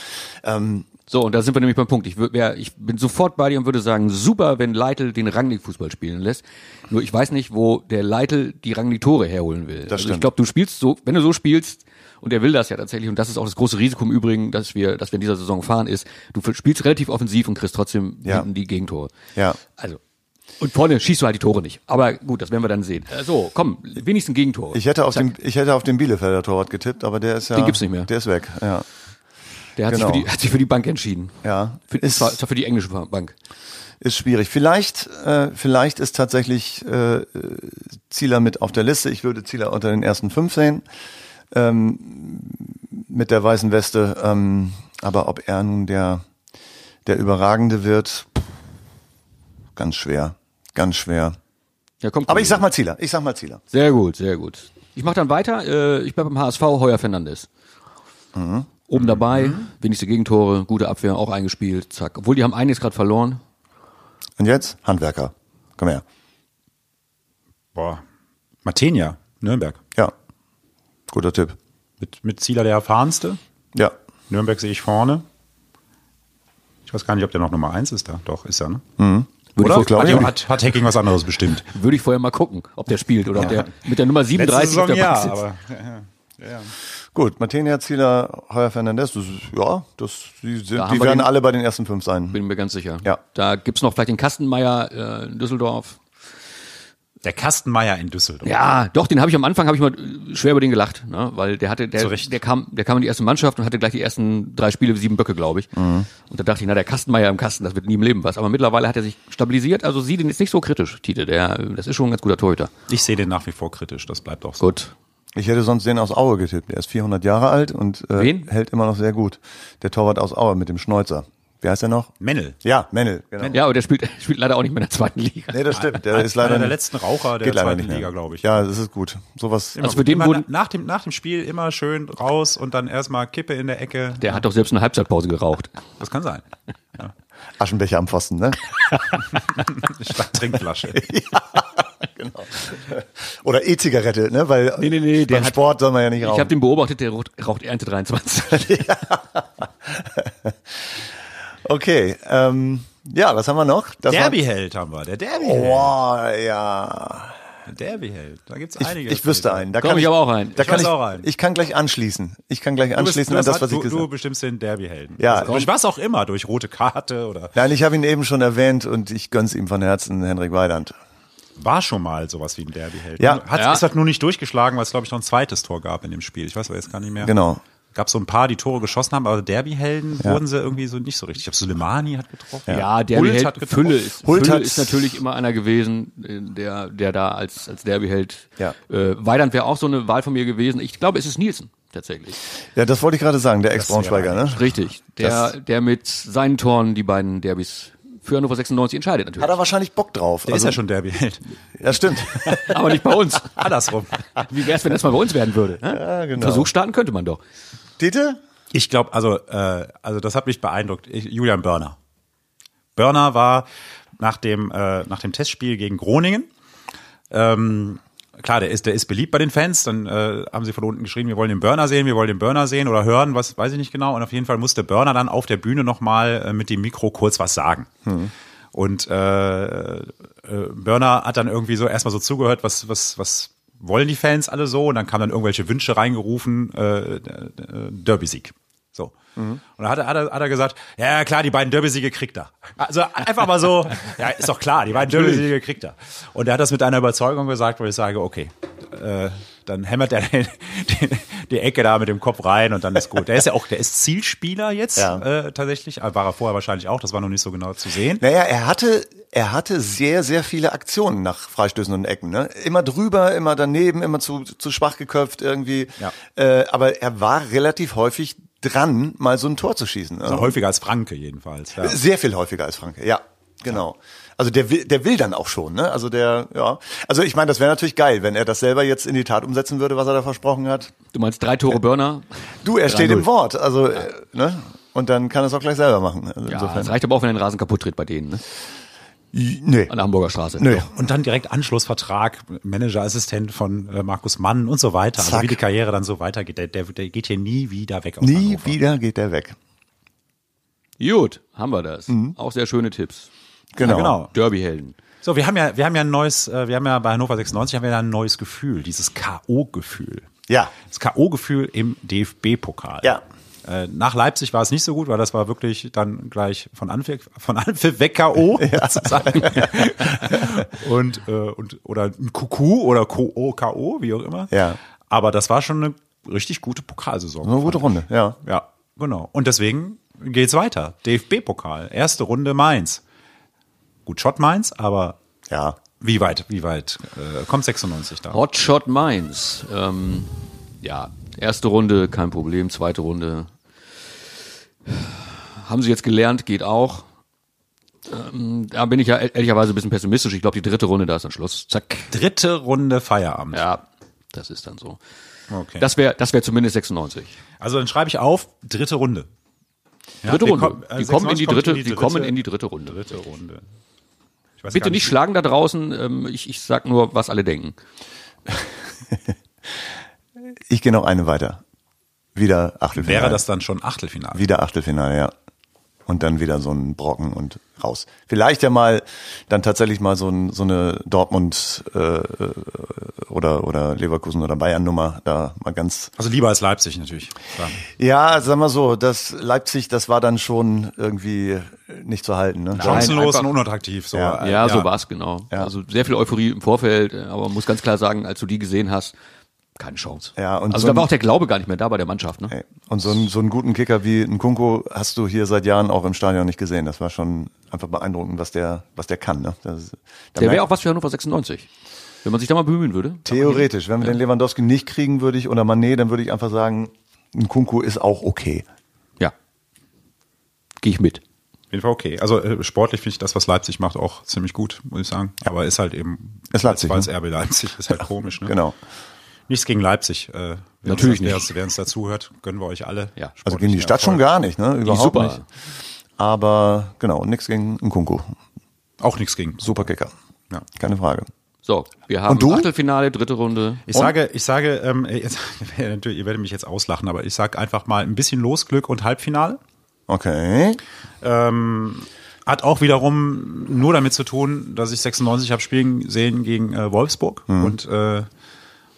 Ähm, So, und da sind wir nämlich beim Punkt. Ich, würd, wär, ich bin sofort bei dir und würde sagen, super, wenn Leitl den Rangnick-Fußball spielen lässt. Nur ich weiß nicht, wo der Leitl die Rangnick-Tore herholen will. Das ich stimmt. glaube, du spielst so, wenn du so spielst, und er will das ja tatsächlich, und das ist auch das große Risiko im Übrigen, dass wir, dass wir in dieser Saison fahren, ist, du f- spielst relativ offensiv und kriegst trotzdem Ja. hinten die Gegentore. Ja. Also. Und vorne schießt du halt die Tore nicht. Aber gut, das werden wir dann sehen. Äh, So, komm, wenigstens Gegentore. ich, hätte auf Zack. den, ich hätte auf den Bielefelder Torwart getippt, aber der ist ja. Den gibt's nicht mehr. Der ist weg, ja. Der hat, genau. sich für die, hat sich für die Bank entschieden. Ja. Für, Ist- zwar, zwar für die englische Bank. Ist schwierig. Vielleicht, äh, vielleicht ist tatsächlich äh, äh, Zieler mit auf der Liste. Ich würde Zieler unter den ersten fünf sehen. Ähm, mit der weißen Weste. Ähm, aber ob er nun der, der Überragende wird, pff, ganz schwer. Ganz schwer. Ja, kommt Aber ich sag mal Zieler. Ich sag mal Zieler. Sehr gut, sehr gut. Ich mache dann weiter. Äh, ich bleib beim HSV, Heuer Fernandes. Oben dabei, wenigste Gegentore, gute Abwehr, auch eingespielt, zack. Obwohl, die haben einiges gerade verloren. Und jetzt? Handwerker. Komm her. Boah. Matenia, Nürnberg. Ja. Guter Tipp. Mit, mit Zieler der erfahrenste. Ja. Nürnberg sehe ich vorne. Ich weiß gar nicht, ob der noch Nummer eins ist da. Doch, ist er, ne? Mhm. Würde Oder? ich, glaub Hat, ich. ja- hat, hat Hacking was anderes bestimmt. vor- würde ich vorher mal gucken, ob der spielt oder ob der mit der Nummer 37 auf der Bank sitzt. Gut, Matenia, Zieler, Heuer Fernandes, das ist, ja, das, die, sind, haben die wir werden den- alle bei den ersten fünf sein. Bin mir ganz sicher. Ja. Da gibt's noch vielleicht den Kastenmeier äh, in Düsseldorf. Der Kastenmeier in Düsseldorf. Ja, doch, den habe ich am Anfang habe ich mal äh, schwer über den gelacht, ne? weil der hatte der, Zu Recht. der kam der kam in die erste Mannschaft und hatte gleich die ersten drei Spiele sieben Böcke, glaube ich. Und da dachte ich, na der Kastenmeier im Kasten, das wird nie im Leben was. Aber mittlerweile hat er sich stabilisiert, also sie den jetzt nicht so kritisch, Tite. Der äh, das ist schon ein ganz guter Torhüter. Ich sehe den nach wie vor kritisch. Das bleibt auch so. Gut. Ich hätte sonst den aus Aue getippt. Er ist 400 Jahre alt und äh, Wen? hält immer noch sehr gut. Der Torwart aus Aue mit dem Schnäuzer. Wie heißt er noch? Mennel. Ja, Mennel. Genau. Ja, aber der spielt spielt leider auch nicht mehr in der zweiten Liga. Nee, das stimmt. Der ist leider Einer der nicht- letzten Raucher der geht leider zweiten nicht mehr. Liga, glaube ich. Ja, das ist gut. Sowas. Also für den immer wurden- na- nach, dem, nach dem Spiel immer schön raus und dann erstmal Kippe in der Ecke. Der hat doch selbst eine Halbzeitpause geraucht. Das kann sein. Aschenbecher am Pfosten, ne? Statt Trinkflasche. genau. Oder E-Zigarette, ne? Weil Nee, nee, nee, der beim hat- Sport soll man ja nicht Ich habe rauchen. den beobachtet, der raucht, raucht Ernte 23. Okay. Ähm, ja, was haben wir noch? Das war- Oh, Derbyheld haben wir. Der Derbyheld. Boah, ja. Der Derbyheld. Da gibt's Ich, einige. ich wüsste einen. Da Komm, ich aber auch einen. Da Ich kann weiß ich, auch einen. ich kann gleich anschließen. Ich kann gleich Du, bist, anschließen du, an das, hast- was du, ich gesagt du habe. bestimmst den Derbyhelden. Ja, also, durch komm. was auch immer, durch rote Karte oder Nein, ich habe ihn eben schon erwähnt und ich gönn's ihm von Herzen, Henrik Weidand. war schon mal sowas wie ein Derbyheld. Ja. hat Ja. es hat halt nur nicht durchgeschlagen, weil es glaube ich noch ein zweites Tor gab in dem Spiel. Ich weiß aber jetzt gar nicht mehr. Genau. Gab so ein paar, die Tore geschossen haben, aber Derbyhelden wurden sie irgendwie so nicht so richtig. Ich glaube, Suleimani hat getroffen. Ja, Hult Derbyheld hat getroffen. Fülle ist, Hult Fülle ist hat's- natürlich immer einer gewesen, äh, der, der da als, als Derbyheld. Ja. Äh, Weidand wäre auch so eine Wahl von mir gewesen. Ich glaube, es ist Nielsen tatsächlich. Ja, das wollte ich gerade sagen, der Ex-Braunschweiger, ne? Richtig. Der, der mit seinen Toren die beiden Derbys für Hannover 96 entscheidet natürlich. Hat er wahrscheinlich Bock drauf. Also, Der ist ja schon Derbyheld. ja, stimmt. Aber nicht bei uns. Andersrum. Wie wär's, wenn das mal bei uns werden würde? ne? ja, genau. Versuch starten könnte man doch. Tite? Ich glaube, also, äh, also das hat mich beeindruckt. Ich, Julian Börner. Börner war nach dem, äh, nach dem Testspiel gegen Groningen. Ähm, klar, der ist, der ist beliebt bei den Fans. Dann äh, haben sie von unten geschrieben, wir wollen den Burner sehen, wir wollen den Burner sehen oder hören, was weiß ich nicht genau. Und auf jeden Fall musste Burner dann auf der Bühne nochmal äh, mit dem Mikro kurz was sagen. Und äh, äh, Burner hat dann irgendwie so erstmal so zugehört, was, was, was wollen die Fans alle so? Und dann kamen dann irgendwelche Wünsche reingerufen, äh, äh, Derby-Sieg. So. Und da hat er, hat, er, hat er gesagt, ja klar, die beiden Derby-Siege kriegt er. Also einfach mal so, ja, ist doch klar, die beiden Derby-Siege kriegt er. Und er hat das mit einer Überzeugung gesagt, wo ich sage, okay, äh, dann hämmert er den, die, die Ecke da mit dem Kopf rein und dann ist gut. Der ist ja auch, der ist Zielspieler jetzt Ja. äh, tatsächlich. War er vorher wahrscheinlich auch, das war noch nicht so genau zu sehen. Naja, er hatte, er hatte sehr, sehr viele Aktionen nach Freistößen und Ecken. Ne? Immer drüber, immer daneben, immer zu, zu schwach geköpft irgendwie. Ja. Äh, aber er war relativ häufig dran, mal so ein Tor zu schießen. ne? Also häufiger als Franke jedenfalls. Ja. Sehr viel häufiger als Franke, ja. Genau. Also der will, der will dann auch schon, ne? Also der, ja. Also ich meine, das wäre natürlich geil, wenn er das selber jetzt in die Tat umsetzen würde, was er da versprochen hat. Du meinst drei Tore Burner? Du, er steht 3-0. im Wort, also äh, ne? Und dann kann er es auch gleich selber machen. Also Ja, insofern. das reicht aber auch, wenn er den Rasen kaputt tritt bei denen. Ne? Nee. an der Hamburger Straße. Nö. Und dann direkt Anschlussvertrag, Managerassistent von äh, Markus Mann und so weiter. Also Zack. wie die Karriere dann so weitergeht. Der, der, der geht hier nie wieder weg. Aus Nie Hannover. wieder geht der weg. Gut, haben wir das. Auch sehr schöne Tipps. Genau. Ja, genau. Derbyhelden. So, wir haben ja, wir haben ja ein neues, äh, wir haben ja bei Hannover 96 haben wir ja ein neues Gefühl, dieses K.O.-Gefühl. Ja. Das K.O.-Gefühl im DFB-Pokal. Ja. Äh, Nach Leipzig war es nicht so gut, weil das war wirklich dann gleich von Anpfiff, von Anpfiff weg K.O. sozusagen. und, äh, und, oder ein Kuku oder K.O., K.O., wie auch immer. Ja. Aber das war schon eine richtig gute Pokalsaison. Eine gute Runde, ja. Ja, genau. Und deswegen geht's weiter. DFB-Pokal, erste Runde Mainz. Gut Shot Mainz, aber Ja. wie weit, wie weit äh, kommt 96 da? Hotshot Mainz. Ähm, ja, erste Runde, kein Problem. Zweite Runde. Haben sie jetzt gelernt, geht auch. Ähm, da bin ich ja ehr- ehrlicherweise ein bisschen pessimistisch. Ich glaube, die dritte Runde, da ist dann Schluss. Zack. Dritte Runde Feierabend. Ja, das ist dann so. Okay. Das wäre das wär zumindest 96. also dann schreibe ich auf, dritte Runde. Ja, Dritte wir Runde. kommen- äh, die kommen in die 96 kommt dritte, die kommen in die dritte Runde. dritte Runde. Ich weiß gar Bitte nicht schlagen da draußen. Ähm, ich, ich sag nur, was alle denken. Ich gehe noch eine weiter. Wieder Achtelfinale. Wäre das dann schon Achtelfinale? Wieder Achtelfinale, ja. Und dann wieder so ein Brocken und raus. Vielleicht ja mal dann tatsächlich mal so, ein, so eine Dortmund äh, äh, oder, oder Leverkusen oder Bayern Nummer da mal ganz. Also lieber als Leipzig natürlich. Klar. Ja, sagen wir so, das Leipzig, das war dann schon irgendwie nicht zu halten. Ne? Chancenlos einfach- und unattraktiv. So. Ja. äh, Ja, so war's genau. Also sehr viel Euphorie im Vorfeld, äh, aber man muss ganz klar sagen, als du die gesehen hast, keine Chance. Ja, Ah, und also so da war ein- Äh, auch der Glaube gar nicht mehr da bei der Mannschaft. Ne? Ey, Und so einen, so einen guten Kicker wie ein Kunko hast du hier seit Jahren auch im Stadion nicht gesehen. Das war schon einfach beeindruckend, was der, was der kann. Ne? Das, da Der wäre merkt- auch was für Hannover 96. Wenn man sich da mal bemühen würde. Theoretisch, wenn wir den Lewandowski nicht kriegen würde ich oder Mané, dann würde ich einfach sagen, ein Kunku ist auch okay. Ja. Gehe ich mit. Auf jeden Fall okay. Also äh, sportlich finde ich das, was Leipzig macht, auch ziemlich gut, muss ich sagen. Aber ist halt eben, Ist Leipzig, weil es ne? RB Leipzig ist halt komisch. Ne? Genau. Nichts gegen Leipzig. Äh, wer Natürlich uns, wer nicht. uns- Wer uns dazuhört, gönnen wir euch alle. Ja. Also gegen die sportlichen Stadt schon Erfolg. gar nicht, ne? Die ist Überhaupt super. nicht. Aber genau, nichts gegen einen Kunku. Auch nichts gegen. Super Kicker. Ja. Keine Frage. So, wir haben Und du? Achtelfinale, dritte Runde. Ich sage, ich sage, ähm, jetzt, natürlich, ihr werdet mich jetzt auslachen, aber ich sage einfach mal ein bisschen Losglück und Halbfinale. Okay. Ähm, Hat auch wiederum nur damit zu tun, dass ich 96 habe spielen sehen gegen äh, Wolfsburg Mhm. und, äh,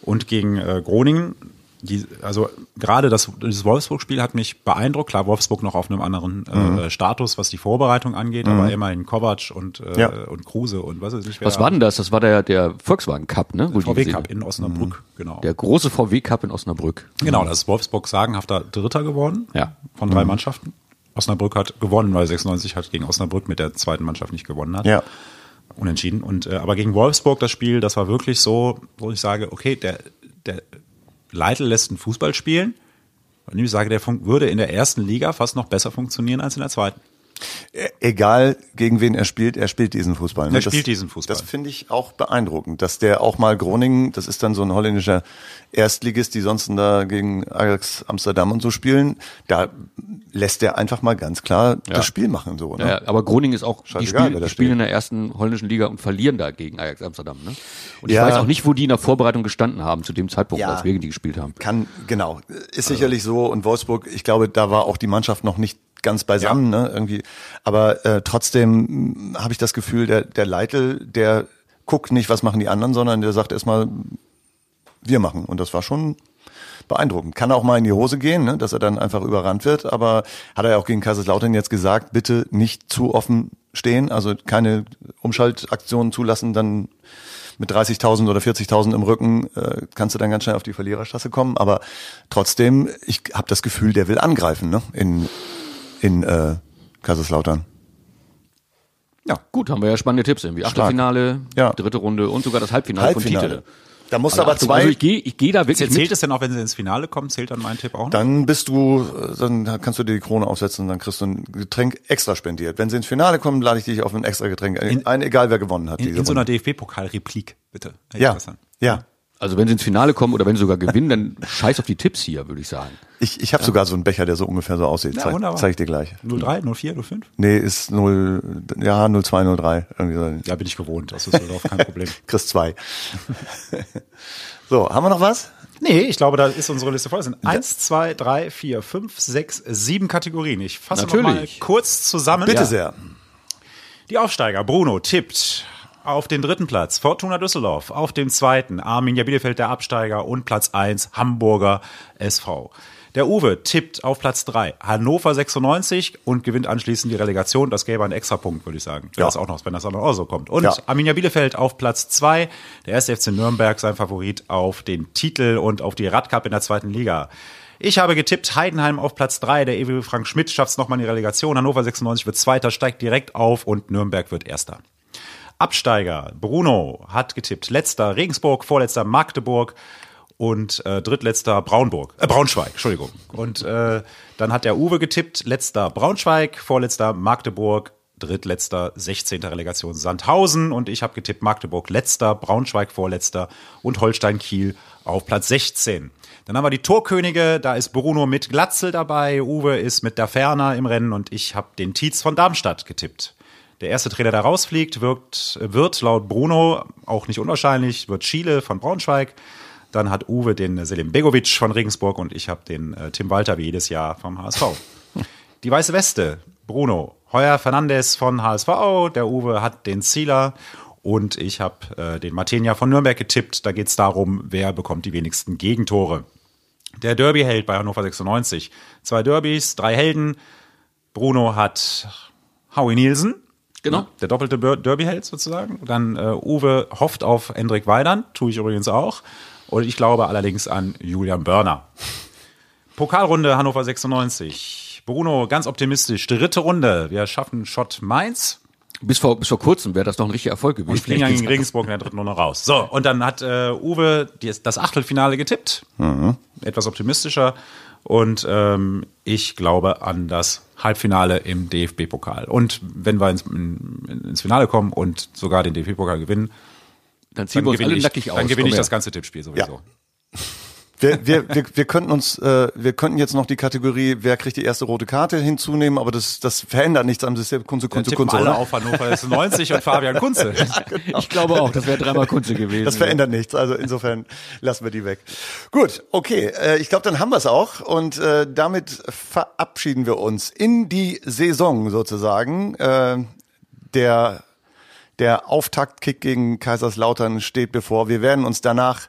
und gegen äh, Groningen. Die, also gerade das, das Wolfsburg-Spiel hat mich beeindruckt. Klar, Wolfsburg noch auf einem anderen äh, Mhm. Status, was die Vorbereitung angeht, aber immerhin Kovac und, äh, Ja. und Kruse und was ist nicht wer Was war denn das? Das war der, der Volkswagen Cup, ne? Wo ich die VW gesehen Cup habe. in Osnabrück, genau. Der große VW Cup in Osnabrück. Genau, das ist Wolfsburg sagenhafter Dritter geworden Ja. Mhm. von drei Mannschaften. Osnabrück hat gewonnen, weil 96 hat gegen Osnabrück mit der zweiten Mannschaft nicht gewonnen hat. Ja. Unentschieden. Und äh, aber gegen Wolfsburg das Spiel, das war wirklich so, wo ich sage, okay, der, der Leitl lässt einen Fußball spielen. Und ich sage, der fun- würde in der ersten Liga fast noch besser funktionieren als in der zweiten. E- Egal gegen wen er spielt, er spielt diesen Fußball. Ne? Er spielt diesen Fußball. Das finde ich auch beeindruckend, dass der auch mal Groningen, das ist dann so ein holländischer Erstligist, die sonst da gegen Ajax Amsterdam und so spielen, da lässt er einfach mal ganz klar das Spiel machen so. Ne? Ja, aber Groningen ist auch, die, Scheißegal, spiel, wer da die spielen steht. in der ersten holländischen Liga und verlieren da gegen Ajax Amsterdam. Ne? Und ich Ja. weiß auch nicht, wo die in der Vorbereitung gestanden haben zu dem Zeitpunkt, Ja. als wir gegen die gespielt haben. Kann, genau. Ist sicherlich so. Und Wolfsburg, ich glaube, da war auch die Mannschaft noch nicht ganz beisammen, ne? Irgendwie. Aber äh, trotzdem mh, habe ich das Gefühl, der, der Leitl, der guckt nicht, was machen die anderen, sondern der sagt erstmal, wir machen. Und das war schon beeindruckend. Kann auch mal in die Hose gehen, ne? dass er dann einfach überrannt wird. Aber hat er ja auch gegen Kaiserslautern jetzt gesagt, bitte nicht zu offen stehen, also keine Umschaltaktionen zulassen, dann mit 30.000 oder 40.000 im Rücken äh, kannst du dann ganz schnell auf die Verliererstraße kommen. Aber trotzdem, ich habe das Gefühl, der will angreifen ne? in, in äh, Kaiserslautern. Ja, gut, haben wir ja spannende Tipps irgendwie. Achtelfinale, Ja. dritte Runde und sogar das Halbfinale, von Titel. Da musst du aber Achtung, also zwei. ich gehe ich geh da wirklich Zählt mit. es denn auch, wenn sie ins Finale kommen? Zählt dann mein Tipp auch noch? Dann bist du, äh, dann kannst du dir die Krone aufsetzen und dann kriegst du ein Getränk extra spendiert. Wenn sie ins Finale kommen, lade ich dich auf ein extra Getränk ein, egal wer gewonnen hat. in, diese in so einer Runde. DFB-Pokal-Replik, bitte. Herr ja, Christian. ja, Also wenn sie ins Finale kommen oder wenn sie sogar gewinnen, dann scheiß auf die Tipps hier, würde ich sagen. Ich, ich habe sogar so einen Becher, der so ungefähr so aussieht. Ja, Zeig, wunderbar. zeig ich dir gleich. 03, 04, 05? Nee, ist 0, ja, 02, 03. Irgendwie so. Ja, bin ich gewohnt. Das ist überhaupt kein Problem. Chris 2. so, haben wir noch was? Nee, ich glaube, da ist unsere Liste voll. Es sind 1, 2, 3, 4, 5, 6, 7 Kategorien. Ich fasse noch mal Natürlich. kurz zusammen. Bitte Ja. sehr. Die Aufsteiger Bruno tippt auf den dritten Platz Fortuna Düsseldorf, auf dem zweiten Arminia Bielefeld der Absteiger und Platz 1 Hamburger SV. Der Uwe tippt auf Platz 3 Hannover 96 und gewinnt anschließend die Relegation. Das gäbe einen Extrapunkt, würde ich sagen. Ja. Das auch noch, wenn das dann auch so kommt. Und Ja. Arminia Bielefeld auf Platz 2, der 1. FC Nürnberg, sein Favorit auf den Titel und auf die Radcup in der zweiten Liga. Ich habe getippt, Heidenheim auf Platz 3, der ewige Frank Schmidt schafft es nochmal in die Relegation, Hannover 96 wird Zweiter, steigt direkt auf und Nürnberg wird Erster. Absteiger, Bruno hat getippt, letzter Regensburg, vorletzter Magdeburg und äh, drittletzter Braunburg, äh, Braunschweig, Entschuldigung. Und äh, dann hat der Uwe getippt, letzter Braunschweig, vorletzter Magdeburg, drittletzter 16. Relegation Sandhausen und ich habe getippt Magdeburg letzter, Braunschweig vorletzter und Holstein Kiel auf Platz 16. Dann haben wir die Torkönige, da ist Bruno mit Glatzel dabei, Uwe ist mit der Ferner im Rennen und ich habe den Tietz von Darmstadt getippt. Der erste Trainer, der rausfliegt, wirkt, wird laut Bruno, auch nicht unwahrscheinlich, wird Chile von Braunschweig. Dann hat Uwe den Selim Begovic von Regensburg und ich habe den äh, Tim Walter wie jedes Jahr vom HSV. Die weiße Weste, Bruno. Heuer Fernandes von HSV, der Uwe hat den Zieler und ich habe äh, den Martinia von Nürnberg getippt. Da geht es darum, wer bekommt die wenigsten Gegentore. Der Derby-Held bei Hannover 96. Zwei Derbys, drei Helden. Bruno hat Howie Nielsen. Ne? Genau. Der doppelte Bir- Derby-Held sozusagen. Dann äh, Uwe hofft auf Endrik Weidand, tue ich übrigens auch. Und ich glaube allerdings an Julian Börner. Pokalrunde Hannover 96. Bruno, ganz optimistisch. Dritte Runde. Wir schaffen Schott Mainz. Bis vor, bis vor kurzem wäre das noch ein richtiger Erfolg gewesen. Und fliegen dann gegen Vielleicht ist- Regensburg in der dritten Runde raus. So, und dann hat äh, Uwe die, das Achtelfinale getippt. Mhm. Etwas optimistischer. Und ähm, ich glaube an das Halbfinale im DFB-Pokal. Und wenn wir ins, in, ins Finale kommen und sogar den DFB-Pokal gewinnen, dann ziehen dann wir uns alle gewinne ich, nackig aus. dann gewinne Komm ich her. das ganze Tippspiel sowieso. Wir, wir, wir, wir könnten uns, äh, wir könnten jetzt noch die Kategorie, wer kriegt die erste rote Karte hinzunehmen, aber das, das verändert nichts am System. Kunze, Dann Kunze, tippen Kunze, alle oder? auf Hannover 96 und Fabian Kunze. Ich glaube auch, das wäre dreimal Kunze gewesen. Genau. Das verändert nichts, also insofern lassen wir die weg. Gut, okay, äh, ich glaube, dann haben wir es auch und äh, damit verabschieden wir uns in die Saison sozusagen. Äh, der der Auftaktkick gegen Kaiserslautern steht bevor. Wir werden uns danach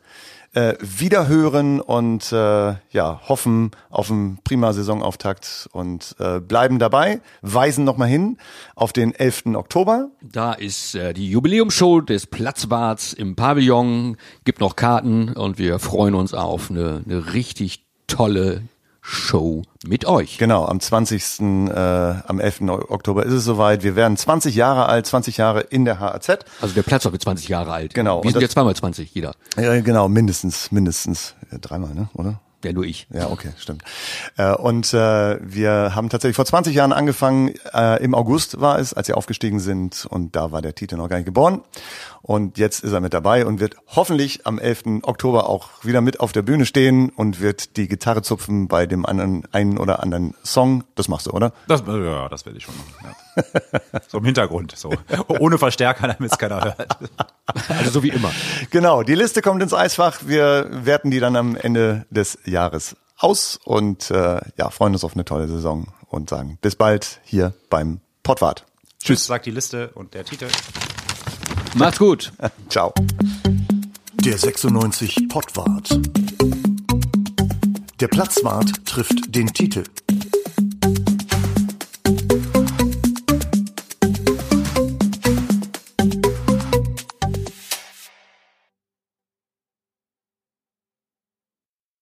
äh, wieder hören und äh, ja, hoffen auf einen prima Saisonauftakt und äh, bleiben dabei, weisen nochmal hin auf den 11. Oktober. Da ist äh, die Jubiläumsshow des Platzwarts im Pavillon, gibt noch Karten und wir freuen uns auf eine, eine richtig tolle Show mit euch. Genau, am 20. Äh, am 11. Oktober ist es soweit. Wir werden 20 Jahre alt, 20 Jahre in der HAZ. Also der Platzwart wird 20 Jahre alt. Genau. Wir Und sind das- ja zweimal 20 jeder. Äh, genau, mindestens, mindestens. Äh, dreimal, ne? Oder? Ja, nur ich. Ja, okay, stimmt. Äh, und äh, wir haben tatsächlich vor 20 Jahren angefangen, äh, im August war es, als wir aufgestiegen sind und da war der Tite noch gar nicht geboren. Und jetzt ist er mit dabei und wird hoffentlich am 11. Oktober auch wieder mit auf der Bühne stehen und wird die Gitarre zupfen bei dem anderen einen oder anderen Song. Das machst du, oder? Das, äh, ja, das werde ich schon machen. Ja. So im Hintergrund. So. Ohne Verstärker, damit es keiner hört. Also so wie immer. Genau, die Liste kommt ins Eisfach. Wir werten die dann am Ende des Jahres aus und äh, ja, freuen uns auf eine tolle Saison und sagen bis bald hier beim Pottwart. Tschüss, sagt die Liste und der Titel. Macht's gut. Ciao. Der 96 Pottwart. Der Platzwart trifft den Titel.